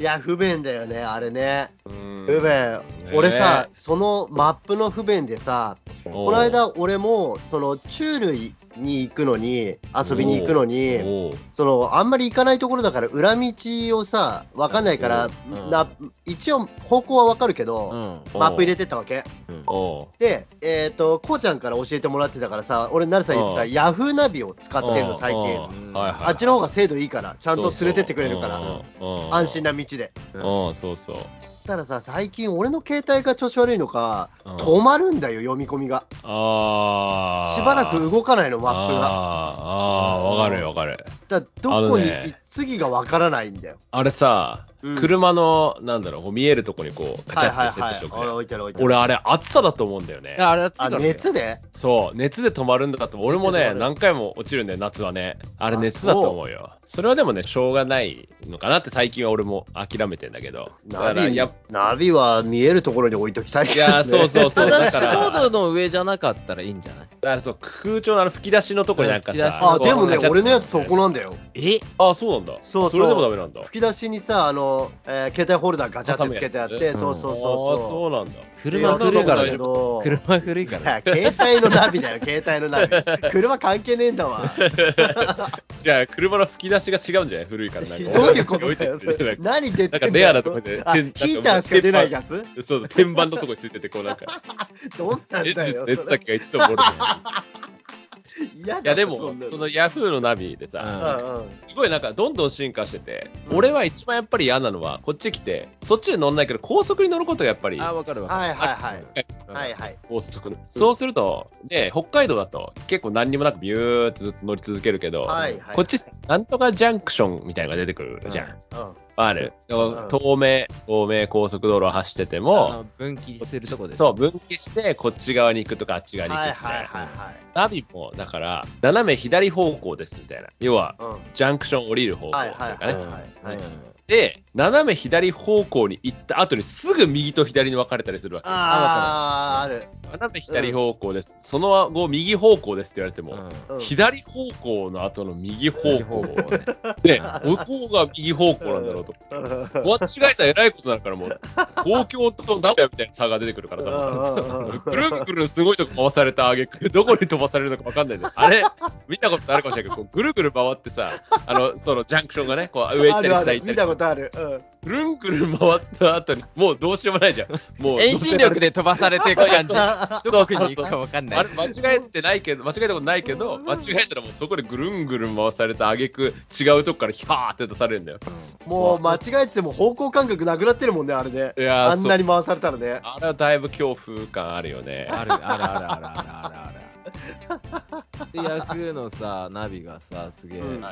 C: いや、不便だよね、あれね。
B: うん
C: 不便。俺さ、そのマップの不便でさ、この間俺も、その、中類に行くのに、遊びに行くのに、
B: おう
C: その、あんまり行かないところだから、裏道をさ、わかんないから、
A: うん
C: な一応、方向はわかるけ
A: う
C: ど、
A: ん。
C: マップ入れてったわけ。
A: うん
B: おう
C: で、えっ、と、こうちゃんから教えてもらってたからさ、俺、なるさん言ってた、
B: うん
C: ヤフーナビを使ってる
B: う
C: の、
B: ん
C: 最近。
B: うんはいはいはい
C: あっちの方が精度いいから、ちゃんと連れてってくれるから、
B: そうそううん
C: 安心な道で。
B: うん、そうそう。
C: たださ、最近、俺の携帯が調子悪いのか、
B: うん
C: 止まるんだよ、読み込みが。
B: ああ。
C: しばらく動かないの、マップが。
B: あーあー、わかるよわかる。
C: だからどこに
B: あのね
C: 次がわからないんだよ。
B: あれさ、
C: うん
B: 車の、なんだろう、こう見えるとこにこう、カ
C: は
B: チャ
C: いはい
B: ってセット
C: は
B: しと。くね
C: いあれ置いてある置いてある。
B: 俺、あれ、暑さだと思うんだよね。
A: あれ暑いか
C: あ、
A: ら、ね。
C: 熱で
B: そう、熱で止まるんだと思う。俺も
A: 熱で止
B: ね、
A: まる
B: 何回も落ちるんだよ、夏はね。あれ、
C: あ
B: 熱だと思うよ。それはでもね、しょうがないのかなって、最近は俺も諦めてんだけど。だか
C: ナ
B: ら、
C: ビ
B: やっ
C: ナビは見えるところに置いときたいけどね、
B: いやーそうそうそ
A: た
B: う
A: だ、
B: だ
A: シ
B: か
A: ボ
B: ら
A: ードの上じゃなかったらいいんじゃない
B: だからそう空調のあの吹き出しのとこになんか
A: うん吹き出し
B: さ
A: の
C: *laughs* あ、でもね、
B: こう
C: 俺のやつそこなんだよ。
A: え
B: あそうなんだ
C: そうそう
B: れでもダメなんだ
C: 吹き出しにさ、あの、えー携帯ホルダーガチャってつけてあっ
B: 挟むや
C: て、
A: つ
C: そうそう
B: あー
C: そうそう。
B: そうなんだ
A: 車古いから
C: いや
A: ね
C: 車古いけど。
A: 車古い
C: い
A: からね。
C: や携帯のナビだよ、携帯のナビ。車関係ねえんだわ。
B: じゃあ車の吹き出しが違うんじゃない古いからなんか
C: *laughs* どういうことだよ、
B: 置いてって
C: そ
B: じゃな
C: れ
B: くて
C: 何出てんだよ
B: なんかレアなとこで
C: あ
B: て
C: ヒ
B: んなんか
C: ーターしか出ないやつ
B: そう天板のとこについててこう
C: *laughs*
B: なんか
C: どんなん
B: 熱
C: だよ。
B: 熱
C: そ
B: だ
C: れ
B: けがいつでも漏れ
C: *laughs*
B: てない
C: 嫌だ
B: いやで
C: そん
B: も
C: な
B: そのヤフーのナビで
A: う
B: さ
A: ん
C: うんうん
B: すごいなんかどんどん進化してて、
C: うん
B: 俺は一番やっぱり嫌なのはこっち来てそっちで乗んないけど高速に乗ることがやっぱり
A: あ、わかるわかる。
C: はいはいはい。はいはい。
B: 高速のそうすると、ね、北海道だと結構何にもなくビューってずっと乗り続けるけど、
C: はいはい
B: こっちなんとかジャンクションみたいなのが出てくるじゃん。
A: うん
C: うん
B: ある、
C: ん
B: 透明、透明高速道路を走ってて
A: あ
B: も、
A: の分岐するとこです。
B: そう、分岐してこっち側に行くとかあっち側に行く
C: はい
B: みたいな。
C: はいは
B: ナビも、だから、斜め左方向ですみたいな。要は、
C: いはい。うん
B: ジャンクション降りる方向とか
C: は
B: ね。
C: いはい
A: うん。
C: はいはい
B: で、斜め左方向に行った後にすぐ右と左に分かれたりするわけ。
C: ああ、ある。
B: 斜め左方向です、その後右方向ですって言われて
A: う
B: も、
A: ん
C: うん
B: 左方向の後の右方
A: 右
B: 向
C: *laughs*
A: 方向ね。
B: ね、向こうが右方向なんだろうと。間違えたらえらいことになるから、もう、東京と名古屋みたいな差が出てくるからさ、くるんくるんすごいとこ回された挙句 *laughs* どこに飛ばされるのか分かんないんだよあれ、見たことあるかもしれないけど、こうぐるぐる回ってさ、あの、そのジャンクションがね、こう上行ったり下行った
C: 見
B: りさ
C: たことある。うん
B: ぐるんぐるん回った後に、もうどうしようもないじゃん。もう、
A: 遠心力で飛ばされていく
C: *laughs*
A: 感じ。
C: あ
A: どこに行くかわかんない。
B: あれ間違えてないけど、間違えたことないけど、間違えたらもうそこでぐるんぐるん回された挙句違うとこからヒャーって出されるんだよ。
C: もう間違えても方向感覚なくなってるもんね、あれね
B: い。やー
C: あんなに回されたらね
B: そう。あれはだいぶ恐怖感あるよね。
A: あるあるあるあるあるあるある。で、ヤフーのさ、ナビがさ、すげえ
C: うん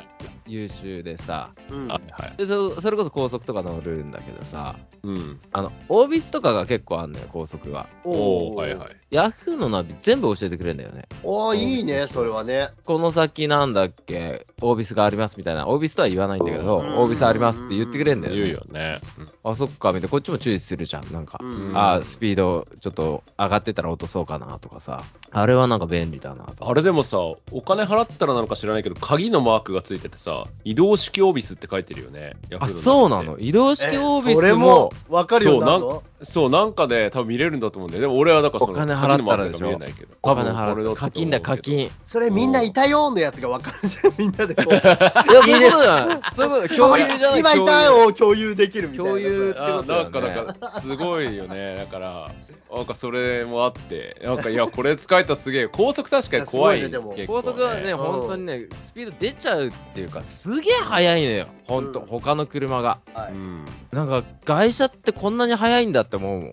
A: 優秀でさ、
C: うん
B: はいはい。
A: でそそれこそ高速とか乗るんだけどさ、
B: うん。
A: あの、オービスとかが結構あんのよ、高速が。
B: おおはいはい。。
A: ヤフーのナビ全部教えてくれるんだよね。
C: おお、いいね、それはね。
A: この先なんだっけ、オービスがありますみたいな、オービスとは言わないんだけど、
C: うん
A: オービスありますって言ってくれるんだよ、ね。
B: 言うよね。
A: あ、そっか、みたいな。こっちも注意するじゃん、なんか。
C: うん
A: あースピードちょっと上がってたら落とそうかなとかさ。あれはなんか便利だなと。
B: あれでもさ、お金払ったらなのか知らないけど、鍵のマークがついててさ、移動式オービスって書いてるよね。ヤフ
A: あ、
B: ーの中で
A: そうなの移動式オービ
C: えそ
A: ス
C: れも
A: も、
C: 分かるようになるの
B: そう、なんかで、ね、多分見れるんだと思うんだよ。でも俺はだからその
A: お金払ったら
B: 鍵のマークが見えないけど。
A: お
B: 多
A: 金
B: 分これ
A: 払う。
B: だったと思うけど
A: 課金だ、課。金。
C: それみんないたよーのやつが分かるじゃん、みんなでこう。 *laughs*
A: いや、そういうことじゃない。そういうこと共有じゃない。
C: 今いた
A: 共有
C: よを共有できるみたいな。
A: 共有
B: あーなんか
A: ってことだよね
B: なんかすごいよね、だから、なんかそれもあって、なんかいや、これ使えたらすげえ、高速確かに怖い
C: いやすごいねでも
A: 高速はね、
B: 結
C: 構ね
A: 本当にね、スピード出ちゃうっていうか、すげえ速いのよ。本当、
C: うん
A: 他の車が。
C: は
B: 構ね
C: い
B: うん
A: なんか、外車ってこんなに速いんだって思うもん。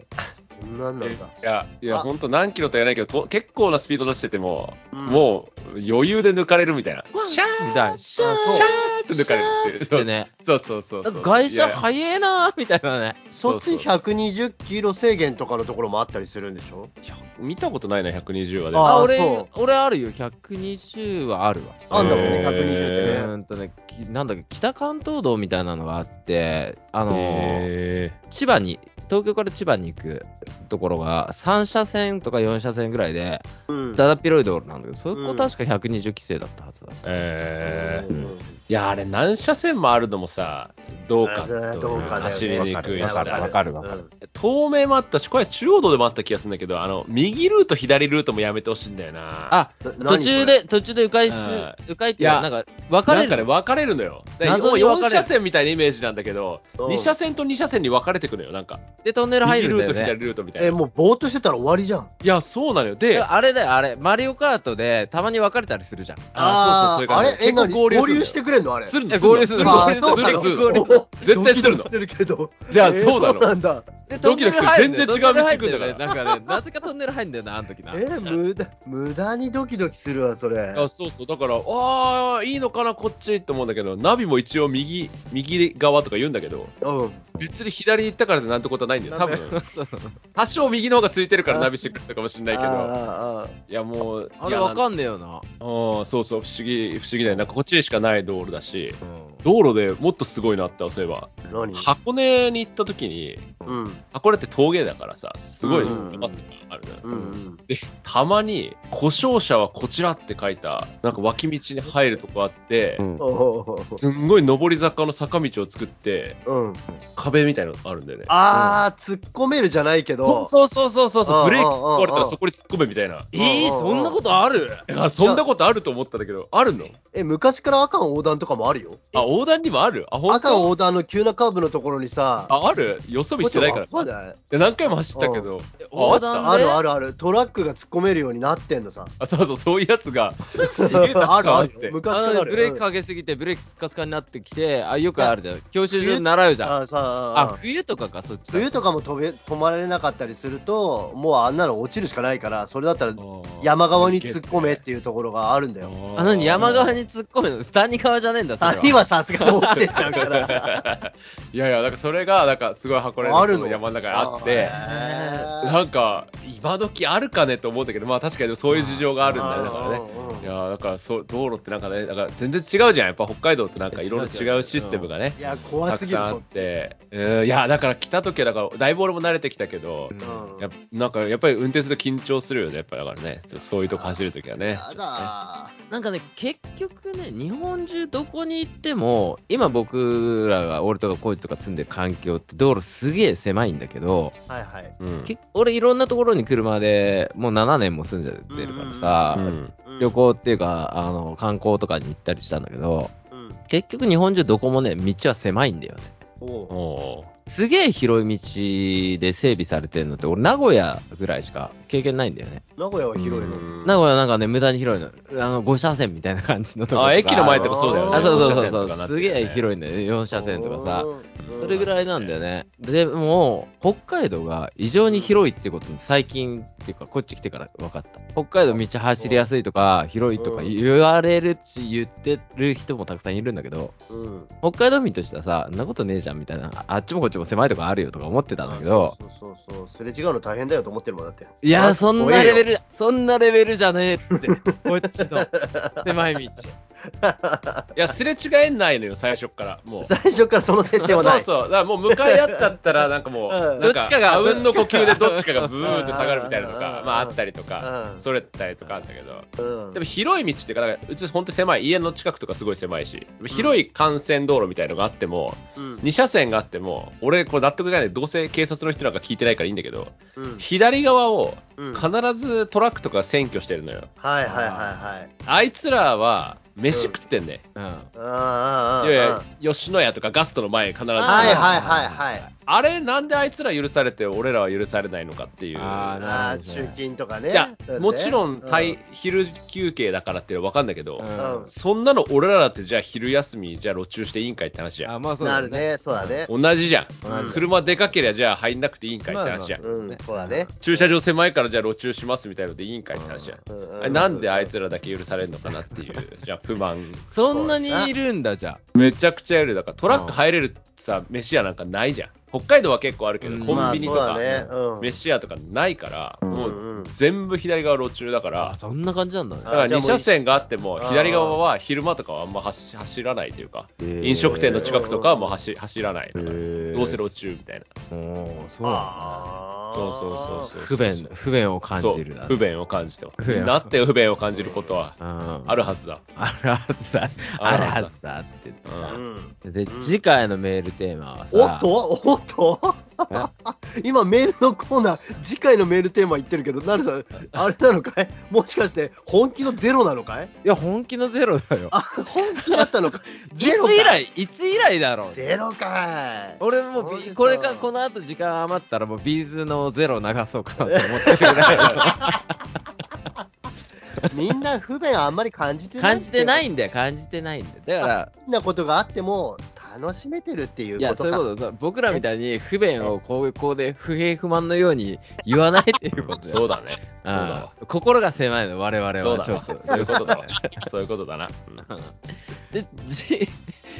C: こんなんなんだ。
B: いや、いや
C: あ
B: 本当何キロとは言えないけどと、結構なスピード出してても、
C: うん
B: もう余裕で抜かれるみたいな。シャ
A: みたい。
C: シャー
B: シャーって抜かれるっていう。
A: ってね。
B: そうそうそうそう。
A: 外車
B: いや
A: 速えなーみたいなね。
B: そ
C: そうっ
B: そう
C: ち120キロ制限とかのところもあったりするんでしょ
B: 見たことないな、120はで
C: あ
A: あ、
B: も。
C: ー
A: 俺
C: そ、
A: 俺あるよ。120はあるわ。
C: あんだもん
B: へ
C: ね、
B: ー
C: 120
A: う
C: ってね。
A: ーんとね、きなんだっけ、北関東道みたいなのがあって、あのー
B: へ
A: 千葉に、東京から千葉に行くところが3車線とか4車線ぐらいで、
C: うん
A: だだっ広い道路なんだけど、そこ
C: うん
A: 確か120規制だったはずだ。
B: ーえー
C: う。ん
B: いや、あれ、何車線もあるのもさ、どうか
C: それはどうかだよね
B: 走りにくいし
A: わかるわ
B: さ、
A: かるわかる。
B: 東名もあったし、これ中央道でもあった気がするんだけど、あの、右ルート、左ルートもやめてほしいんだよな。
A: あ、
C: うんな
A: 途中で、途中で迂回す
B: うん、
A: 迂回っていうか
B: いや
A: なんか、分かれ
B: なんか
A: る
B: ね、分かれるのよ。
A: 謎に分かれ
B: 4
A: る
B: 車線みたいなイメージなんだけど、
C: うん
B: 2車線と2車線に分かれてくのよ、なんか。
A: で、トンネル入
B: 右
A: る
B: ル
A: んだよ
B: ート、
A: ね
B: 左。ルートみたい
C: え、
B: な。
C: もうぼーっとしてたら終わりじゃん。
B: いや、そうなのよ。
A: い
B: で、
A: やあれだよ、あれ、マリオカートでたまに分かれたりするじゃん。
B: あーそうそう、そういう感
C: あれ
B: じ。
C: え、
B: 結構
C: 何
B: 合
C: 合
B: 流するのよ
C: 流してくれんのあれ。
B: するん
A: え合流する
B: る
A: の
B: 合
C: あ
B: 流す
C: ーそう
B: る合
C: な
B: 流
C: の
B: する
C: おー
B: 絶対するの
C: ドキドキするけど。
B: じゃあそうなの
C: えーそうなんだ。
A: で
B: ドキドキする
A: トンネル入んだよ
B: 全然違う道行くんだ
A: ト
B: から
A: ンネル入んよねなんかね、なぜかトンネル入んだよな、あの時な。
C: え無駄、無駄にドキドキするわ、それ。
B: あそうそう、だから、ああ、いいのかな、こっちって思うんだけど、ナビも一応右、右側とか言うんだけど、
C: うん。
B: 別に左に行ったからってなんてことはないんだよ。多
A: なんだ *laughs*
B: 分、多少右の方が空いてるからナビしてくれたかもしれないけ
C: あ
B: ど、
C: あああ
B: いやもう、
A: あれ
B: いや
A: わかんねえよな。
B: うんそうそう、不思議、不思議だよ。なんかこっちにしかない道路だし、
A: うん。
B: 道路でもっとすごいなって、そういえば、
C: 何
B: 箱根に行った時に、
C: うん
B: 箱根って峠だからさ、すごい
C: うんうんうん
B: バスがあるじゃん
C: うんうん
B: で、たまに、故障者はこちらって書いた、なんか脇道に入るとこあって、
A: うん
C: おうおうお
B: すんごい上り坂の坂道を作って、
C: ううん。
B: 壁みたいなのがあるんだよね。
C: あー、突っ込めるじゃないけ
B: そう
C: ど。
B: そうそうそうそうそう、ブレーキ壊れた
C: うんうんうんう
B: ら
C: ん
B: そこに突っ込めみたいな。
A: えー、そんなことある
B: だからそんなことあると思ったんだけど、あるの
C: え、昔から赤横断とかもあるよ。
B: あ、横断にもあるあ、本
C: 赤
B: 当
C: 横断の急なカーブのところにさ、
B: あ、あるよそ見してないから。
C: そうだよ
B: で何回も走ったけど、
A: 横
B: あっ
A: 断
C: あ
A: で
C: るあるある、トラックが突っ込めるようになってんのさ。
B: あそうそう、そういうやつが、すげえたくさん
C: あるあ
B: っ
C: る
B: て
C: よ、昔
A: あ
C: か
A: の
C: ら
A: ね
C: ある。
A: ブレーキ
C: か
A: かけすぎてブレーキスカスカになってきて、あ、よくあるじゃん。教習所で習うじゃん。
C: あさあ
A: あ、冬とかか、そっちだ。
C: 冬とかも飛べ止まれなかったりすると、もうあんなの落ちるしかないから、それだったら山側に突っ込めっていうところがあるんだよ。
A: あ、なに山側に突っ込むの谷川じゃねえんだ、それは。
C: 谷はさすがに落ちてっちゃ
B: *laughs*
C: うから。
B: *laughs* いやいや、なんかそれが、なんかすごい箱根
C: あ
B: の
C: る
B: そ
C: の
B: の山の中にあって、
C: あー
B: なんか、今時あるかねと思うんだけど、まあ確かにそういう事情があるんだよね、だからね。い
C: ね。
B: やーだからそう道路ってなんかね、なんか全然違うじゃん、やっぱ北海道ってなんかいろんな違うシステムがね
C: い、や、怖
B: た
C: す
B: く
C: ぎる
B: さんあ
C: そ
B: っ
C: っち。
B: て、うんいやだから来た時はだから、だいぶ俺も慣れてきたけど、
C: うん
B: やっぱなんかやっぱり運転すると緊張するよね、やっぱだからね、ちょっとそういうとこ走るときはね。
C: やだ
A: なんかね、結局ね、日本中どこに行っても、今僕らが、俺とかこいつとか住んでる環境って道路すげえ狭いんだけど、
C: ー。はいはい。
B: うん
A: け俺いろんなところに車でもう7年も住んじゃってるからさ、
B: うん
A: 旅行っていうか、あの、観光とかに行ったりしたんだけど、
C: うん。
A: 結局日本中どこもね、道は狭いんだよね。
C: おう
B: おー
A: すげえ広い道で整備されてるのって、俺名古屋ぐらいしか経験ないんだよね。
C: 名古屋は広いの。
B: うん
A: 名古屋なんかね、無駄に広いの。あの、5車線みたいな感じのところ
B: あ駅の前
A: か
B: とかそうだよね。
A: あ、そうそうそう
B: 四車線と
A: そ
B: か
A: う、
B: なって
A: す
B: るよ
A: げ
B: ね
A: え広いんだよね、4車線とかさ。
C: うん
A: それぐらいなんだよね。でも、北海道が異常に広いってことに最近っていうか、こっち来てから分かった。北海道道走りやすいとか、広いとか
C: うん
A: 言われるし、言ってる人もたくさんいるんだけど、
C: うん。
A: 北海道民としてはさ、んなことねえじゃんみたいな、ああっちもこっちも狭いとこあるよとか思ってたんだけど、
C: そうそうそうすれ違うの大変だよと思ってるもんだって
A: いやー、そんなレベル、そんなレベルじゃねえって、 *laughs* こっちの狭い道。
B: いや、すれ違えないのよ、最初から。もう。
C: 最初からその設定
B: そ
C: は
B: う
C: ない
B: そう。だからもう向かい合っちゃったら、なんかもう、
C: うん
B: なん
A: どっちかが
B: あうんの呼吸でどっちかがブーンって下がるみたいなの
C: う
B: が、
C: ん
B: まああったりとか
C: う、ん
B: それたりとかあったけど。
C: うん
B: でも広い道っていうか、なんかうち本当に狭い、家の近くとかすごい狭いし、広い幹線道路みたいのがあっても、
C: うん
B: 2車線があっても、俺、これ納得がないで、どうせ警察の人なんか聞いてないからいいんだけど、
C: うん
B: 左側を
C: うん
B: 必ずトラックとか占拠してるのよ。
C: はいはいはいはい
B: あいつらは、飯食ってんね。
A: うん。
C: ああああああ
B: いやいや、吉野家とかガストの前に必ず。
C: はいはいはいはい
B: あれ、なんであいつら許されて、俺らは許されないのかっていう。
A: あ
C: ああ
A: なるほど
C: 中
A: ね
C: 勤とかね
B: いや
C: そ、れね
B: もちろん、た
C: う
B: い昼休憩だからっていうのは分かんだけど、
A: うん
B: そんなの俺らだって、じゃあ昼休み、じゃあ路中していいんかいって話じゃん。
A: あ、まあそうだ
C: な
A: よ
C: る。ねそうだね
B: 同じじゃん。
A: 同じ
B: 車でかけりゃ、じゃあ入んなくていいんかいって話じゃん。
A: まあまあ
C: うんそうだね
B: 駐車場狭いから、じゃあ路中しますみたいのでいいんかいって話じゃん。
C: うん
B: あれなんであいつらだけ許されるのかなって
C: *laughs*
B: いう、じゃあ不満。
A: そんなにいるんだ、じゃ
B: めちゃくちゃいる。だからトラック入れるさ、飯屋なんかないじゃん。北海道は結構あるけど、
A: うん
B: コンビニと
C: ま
B: か
C: あそう、だねうん
B: 飯屋とかないから、
A: ん
B: も
C: うんうん
B: う全部左側路中だか
A: あ。あ、
B: ら、
A: そんな感じなんだね
B: だ。から
C: あじゃあ
B: 2
C: もう
B: 車線があっても、
C: あ
B: 左側は昼間とかはあんま走走らないというか、
A: へー
B: 飲食店の近くとかはもう走走らないとか、
A: へー
B: どうせ路中みたい
A: お
B: な。
A: ーそうなんだ
C: ああ
B: そうそうそうそう。
A: 不便、不便を感
B: そう
A: じるだね。
B: 不便を感じてます。
A: 不便
B: なって不便を感じることは
A: うん。
B: あるはずだ。
A: あるはずだ。あ
B: あ
A: る
B: る
A: は
B: は
A: ずだって言って
B: う
A: さ
B: ん。
C: ん
A: で、
C: うん
A: 次回のメールテーマはさ、
C: おっとおっと *laughs* 今メールのコーナー次回のメールテーマ言ってるけどなるさんあれなのかいもしかして本気のゼロなのかい
A: いや、本気のゼロだよ。
C: あ本気だったのか
A: *laughs* いつ
C: ゼロか
A: 以来、いつ以来だろう。
C: ゼロかい
A: 俺もう
C: そうです
A: ビ
C: か
A: これかこの後時間余ったらもうビーズのゼロ流そうかなと思ってるぐらいだよ
C: みんな不便あんまり感じてない
A: 感じてないんだよ感じてないんだよだから
C: 好きなことがあっても楽しめてるっていう
A: いや、
C: こ
A: そうい
C: と
A: う
C: か。
A: ことだ、僕らみたいに不便をこうこうで不平不満のように言わないっていうことだよ
B: *laughs* そうだね。そうだわ。
A: うん心が狭いの、我々
B: そ
A: は。
B: うだ
A: ちょ
B: わ
A: っと。。
B: そういうこ
A: *laughs*
B: とだわ。そういうことだな。うん
A: で、じ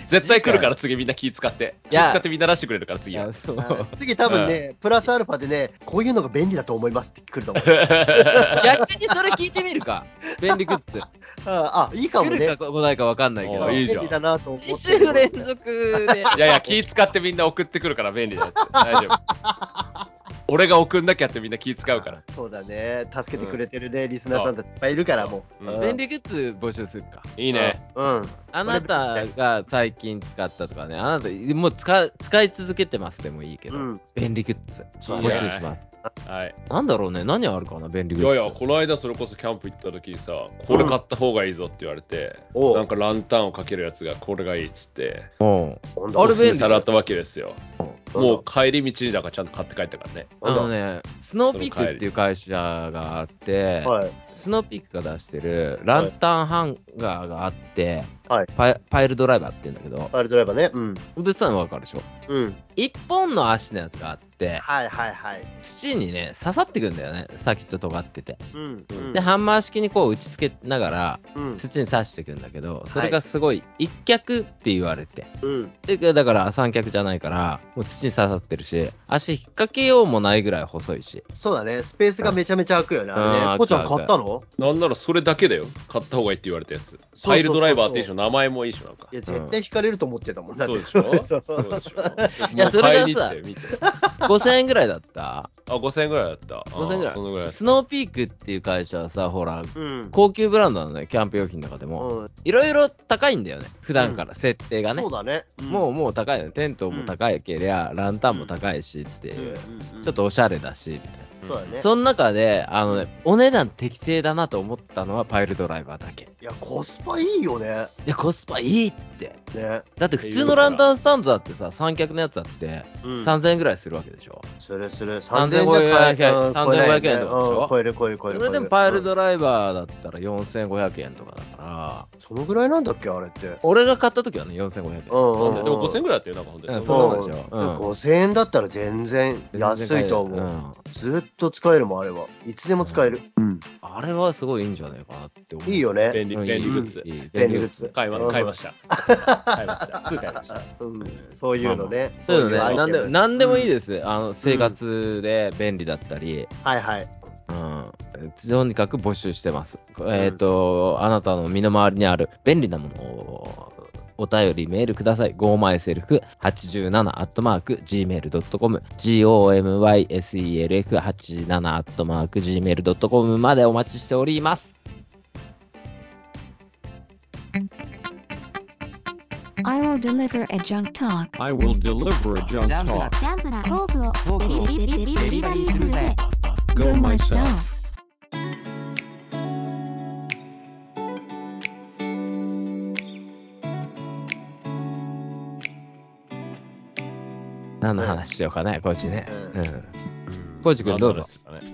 B: 絶対来るから次みんな気使って。
A: い
B: 気
A: や
B: 使ってみんな出してくれるから次は。
A: そう
C: はい次多分ね、プラスアルファでね、こういうのが便利だと思いますって来る
A: *laughs*
C: と思う。
A: 逆にそれ聞いてみるか。便利グッズ。
C: ああ、いいかも
A: 来る
C: ね。
A: か来ないか分かんないけ
B: お
A: ど。
B: ーいいじゃん
C: 便利だなと思って。
A: 2週連続
B: *laughs*
A: で。
B: いやいや、気使ってみんな送ってくるから便利だよって。大丈夫。俺が送んなきゃってみんな気使うから。
C: そうだね。助けてくれてるね、リスナーさんたちいっぱいいるから、もう。
B: うん
C: うん
A: 便利グッズ募集するか。
B: いいね。。
C: うん。
A: あなたが最近使ったとかね、あなた、もう使使い続けてますでもいいけど、
C: うん
A: 便利グッズ、
C: そう
B: だ
A: 募集
B: ね
A: します。
B: はい。
A: なんだろうね、何あるかな、便利
B: い
A: グッ
B: やい
A: ズ。
B: や、この間それこそキャンプ行った時にさ、これ買った方がいいぞって言われて、
C: おう
B: なんかランタンをかけるやつがこれがいいっつって、
A: うん
C: なんだ
A: あ
B: あ
A: れ便利
B: れ便利さらったわけですよ。
C: なんだ
B: もう帰り道にだからちゃんと買って帰ったからね。
A: あ
C: な
A: の
C: んだ
A: ね、スノーピークっていう会社があって、
C: はい。
A: スノーピークが出してるランタンハンガーがあって、
C: はい
A: パイパイルドライバーって言うんだけど、
C: パイルドライバーね。うん。
A: 物産わかるでしょ
C: うん。
A: 一本の足のやつがあって、
C: はいはいはい。
A: 土にね、刺さってくんだよね、先っちょ尖ってて。
C: うん。
B: うん
A: で、ハンマー式にこう打ち付けながら、
C: うん。
A: 土に刺していくんだけど、それがすごい一脚って言われて、
C: うん。
A: でだから三脚じゃないから、もう土に刺さってるし、足引っ掛けようもないぐらい細いし、
C: そうだね。スペースがめちゃめちゃ空くよね。あれ
A: うん
C: ね。こうちゃん買ったの
B: なんならそれだけだよ。買った方がいいって言われたやつ。
C: そう
B: パイルドライバーっていうし、名前もいいし、なんか
C: い。や、絶対引かれると思ってたもんだっ
B: そ
C: て
B: うでしょ
C: *laughs* そ
B: そううでしょ
A: いやそれがさ
B: もう買いに行って見て
A: 5000円ぐらいだった
B: あ、5000円ぐらいだった。あー
A: 5000円ぐらい
B: そのぐらいだっ
A: スノーピークっていう会社はさ、ほら、
C: うん。
A: 高級ブランドなのね、キャンプ用品の中でも。
C: うん
A: いろいろ高いんだよね、普段から、設定がね。
C: そうだね。
A: もうもう高いの、テントも高いけりゃ、ランタンも高いしって
C: うん、
A: いう、
C: うん
A: ちょっ。とおしゃれだし、みたいな。
B: た。
C: そうだね
A: その中で、あのね、お値段適正だなと思ったのはパイルドライバーだけ。い
C: いや、コスパいいよね。
A: や、コスパいいって。
C: ね。
A: だって普通のランタンスタンドだってさ、三脚のやつだって
C: うん
A: 3000円ぐらいするわけでしょ。
C: するする。
A: 3500円
C: うん超えない
A: 3500円とかでしょ
C: うん超える超える超え
A: そ
C: る。
A: れでもパイル
C: うん
A: ドライバーだったら4500円とかだから、
C: そのぐらいなんだっけ、あれって。
A: 俺が買った時はね、4500円。
B: なんででも5000円
C: 円
B: ぐらいだったよ、なんか本当
A: うん
B: に。
A: そうなんですようん
C: 5000円だったら全然安いと思う。
A: ん
C: ずっと使えるもんあれは。いつでも使える。
A: あれはすごいいいんじゃないかなって思う。
C: いいよね。
B: 便利、
A: うん。
B: 便利グッズ
A: い。いいい
C: 便利グッズ。
B: 買いま
C: うん
B: 買いま
C: *laughs*
B: した。買いました。すぐ買いました。
C: うんそういうのね。
A: そういうのね、
C: アイテ
A: な
C: ム
A: んでなんでもいいです、あの生活で便利だったり、
C: はいはい。
A: うん、とにかく募集してます。えっ、と、あなたの身の回りにある便利なものをお便り、メールください。gomyself87-gmail.com、gomyself87-gmail.com までお待ちしております。
D: I will deliver a junk talk.
E: I will deliver a junk talk.
D: ジャンプなトークを
F: トークを
D: デリリリリリリリリリするぜ。
E: Go
D: Go
E: myself.
D: myself.
A: 何の話しようかね、コーチね。
C: う
A: うん。コーチ君どうぞ。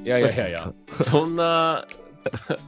B: いやいやいやいや、そんな、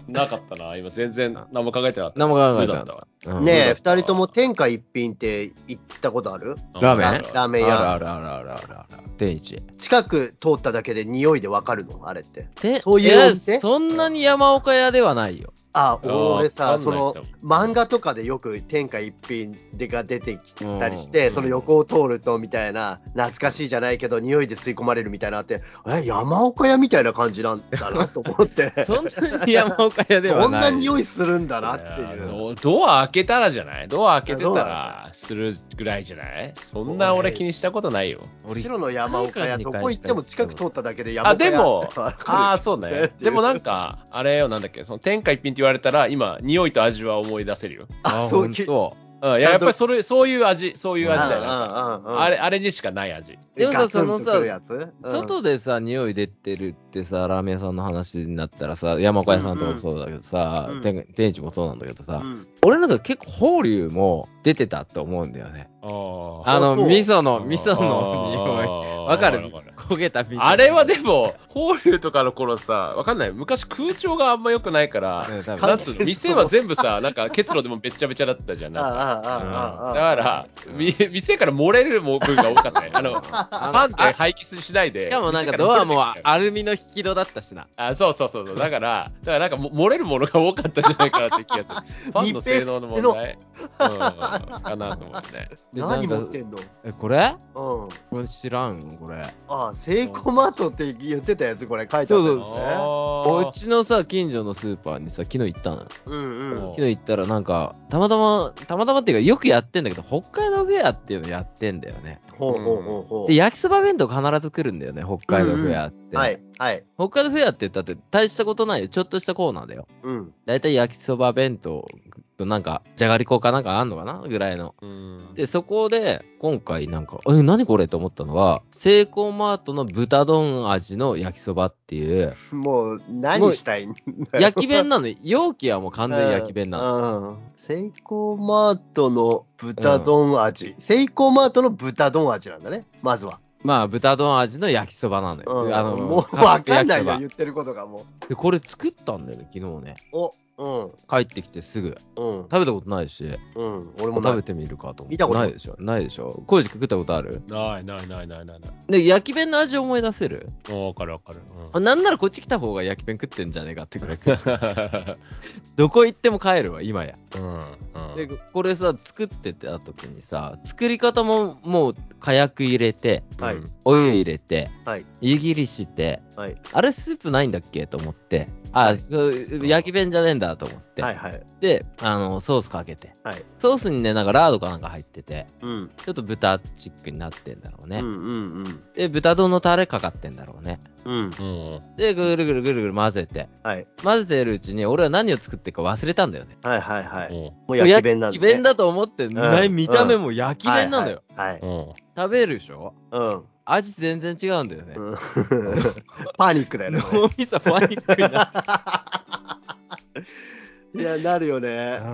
B: なかったな。今、全然何も考えてなかった。
A: 何も考えて
B: だ
A: な
B: った
A: か
B: わ。
A: った。うん
C: ねえ、
B: どうだった
C: 2人とも天下一品って行ったことある
A: ラーメン
B: なんか
C: ラーメン
A: あ
C: 屋。
A: るあるあるあるあるある。天一。
C: 近く通っただけで匂いでわかるのあれって。
A: て
C: そういうお店
A: やそんなに山岡屋ではないよ。
C: あ、
B: いやー
C: 俺さ、
B: わかんない
C: その
B: 多分
C: 漫画とかでよく天下一品でが出てきたりして、
A: うん
C: その横を通るとみたいな、懐かしいじゃないけど、匂いで吸い込まれるみたいなのあって、え、山岡屋みたいな感じなんだなと思って、
A: そんなに山岡屋で
C: そ
A: は
C: ん
A: ない。
C: な匂いするんだなって
B: い
C: い
B: や
C: う。
B: ドドア開けたらじゃないドア開けてた
C: いやドア
B: らするぐらいじゃないそんな俺気にしたことないよ。
A: 俺
C: 白の山岡屋、
A: 一回
C: ど
A: か二回
C: こ行っても
A: しか
C: 近
A: 行
C: く
A: った
C: 通っただけで山
B: あ、
C: 岡屋、
B: でも
C: あ
B: あ
C: る
B: あ、そう
C: え
B: ね。
C: ー
B: でもなんか、あれよ、なんだっけ、その天下一品って言われたら、今、匂いと味は思い出せるよ。
A: あ、
C: あ
A: そ
C: そうう
A: きそ
B: うん、い
C: ちゃんと
B: ややっぱりそれ、そういう味、そういう
C: うんうん
B: 味
C: う
B: だよな。
C: ん
B: あれ、あれにしかない味。
A: でもさ
C: ガツン
A: その
C: と
A: さ
C: くるやつうん
A: う。外でさ、匂い出てるってさ、ラーメン屋さんの話になったらさ、山岡屋さんとかもそうだけどさ、
C: うんうん
A: 天天一もそうなんだけどさ、
C: うん
A: 俺なんか結構、法隆も出てたと思うんだよね。
B: あ
A: あの、
C: そう
A: 味噌の、味噌の匂い。わかる焦げたみたいな
B: あれはでも、法隆とかの頃さ、わかんない。昔空調があんま良くないから、
A: うん多分
B: なんつ
A: *laughs*
B: うの、店は全部さ、なんか結露でもべっちゃべちゃだったじゃん。
C: あ
B: なんか
C: あああああ
B: だ
C: あ
B: から、み店から漏れる部分が多かったね。あ
A: *laughs*
C: *laughs*
B: の、パンって廃棄しないで。
A: しかもなんかドアも
B: 店から漏れてきちゃう
A: アルミの引き戸だったしな
B: あ、そうそうそうそう。だから、だからなんかも漏れるものが多かったんじゃないかなって
A: *laughs*
B: 気がする。パンの性能の問題うん、かなと思ってね。
A: で
C: 何
A: なんか
C: 持ってんの
A: えこれ
C: うん。
A: これ知らんよこれ
C: ああ、セイコマートって言ってたやつ、これ書いてあ
A: そ
C: っ
A: う *laughs*
C: た
A: そう
C: やつね。
A: お
B: お
A: うちのさ近所のスーパーにさ昨日行ったの
C: うんうん。
A: 昨日行ったらなんかたまたまたまたまっていうかよくやってんだけど北海道フェアっていうのやってんだよね
C: ほうほうほうほう
A: で。焼きそば弁当必ず来るんだよね北海道フェアって、
C: はい、はい。
A: 北海道フェアって言ったって大したことないよちょっとしたコーナーだよ
C: うん。
A: だいたい焼きそば弁当となんかじゃがりこかなんかあんのかなぐらいの
B: うん
A: でそこで今回なんかえ何これと思ったのはセイコーマートの豚丼味の焼きそばっていう
C: もう、何したいんだよ
A: 焼き弁なの容器はもう完全に焼き弁なの
C: の。うんセイコーマートの豚丼味、セイコーマートの豚丼味なんだね、まずは。
A: まあ豚丼味の焼きそばなのよ、
C: うん
A: あの
C: もう
A: カッ
C: わ
A: プ
C: か
A: 焼
C: ん
A: き
C: な
A: そ
C: いよ、
A: ば
C: 言ってることがも
A: でこれ作ったんだよね昨日ね
C: う。お、
A: 帰ってきてすぐ
C: うん、うん、
A: 食べたことないし
C: うん、俺もな
A: 食べ
C: い。
A: てみるかと思って
C: 見たこと
A: な
C: ない
A: いでしょないでしょ浩二君食ったことある
B: ないないないないないない。
A: で焼き弁の味思い出せる
B: おわかるわかる。うん
A: あなんならこっち来た方が焼き弁食ってんじゃねえかってくらい *laughs*
B: う
A: どこ行っても帰るわ今や
B: ん *laughs* う
A: で
B: ん
A: これさ作ってた時にさ作り方ももう火薬入れて
C: はい
A: お湯入れて
C: はい、
A: 湯切りして
C: はい、
A: あれスープないんだっけと思ってあそう焼き弁じゃねえんだと思って、
C: はい、はい、
A: であのソースかけて
C: はい。
A: ソースにねなんかラードかなんか入ってて
C: うん、
A: ちょっと豚チックになってんだろうね、
C: うん、うん、
A: で豚丼のタレかかってんだろうね
C: うん、うん、
B: うん。
A: でぐるぐるぐるぐる混ぜて
C: はい、
A: 混ぜてるうちに俺は何を作ってるか忘れたんだよね
C: はい、はい、はい。
B: うん
C: もう焼き弁なん
A: 焼
C: だ、
A: き
C: ね。
A: 弁だと思って、ない見た目
C: うん
A: も焼き弁なのよ、
C: はい、はい。
B: うん
A: 食べるでしょ
C: はい
A: 味全然違うんだよね。
C: うん、うん。パニックだよ *laughs* ね。
A: 脳みそパニックになっ
C: いや、なるよね。 *laughs*
A: た。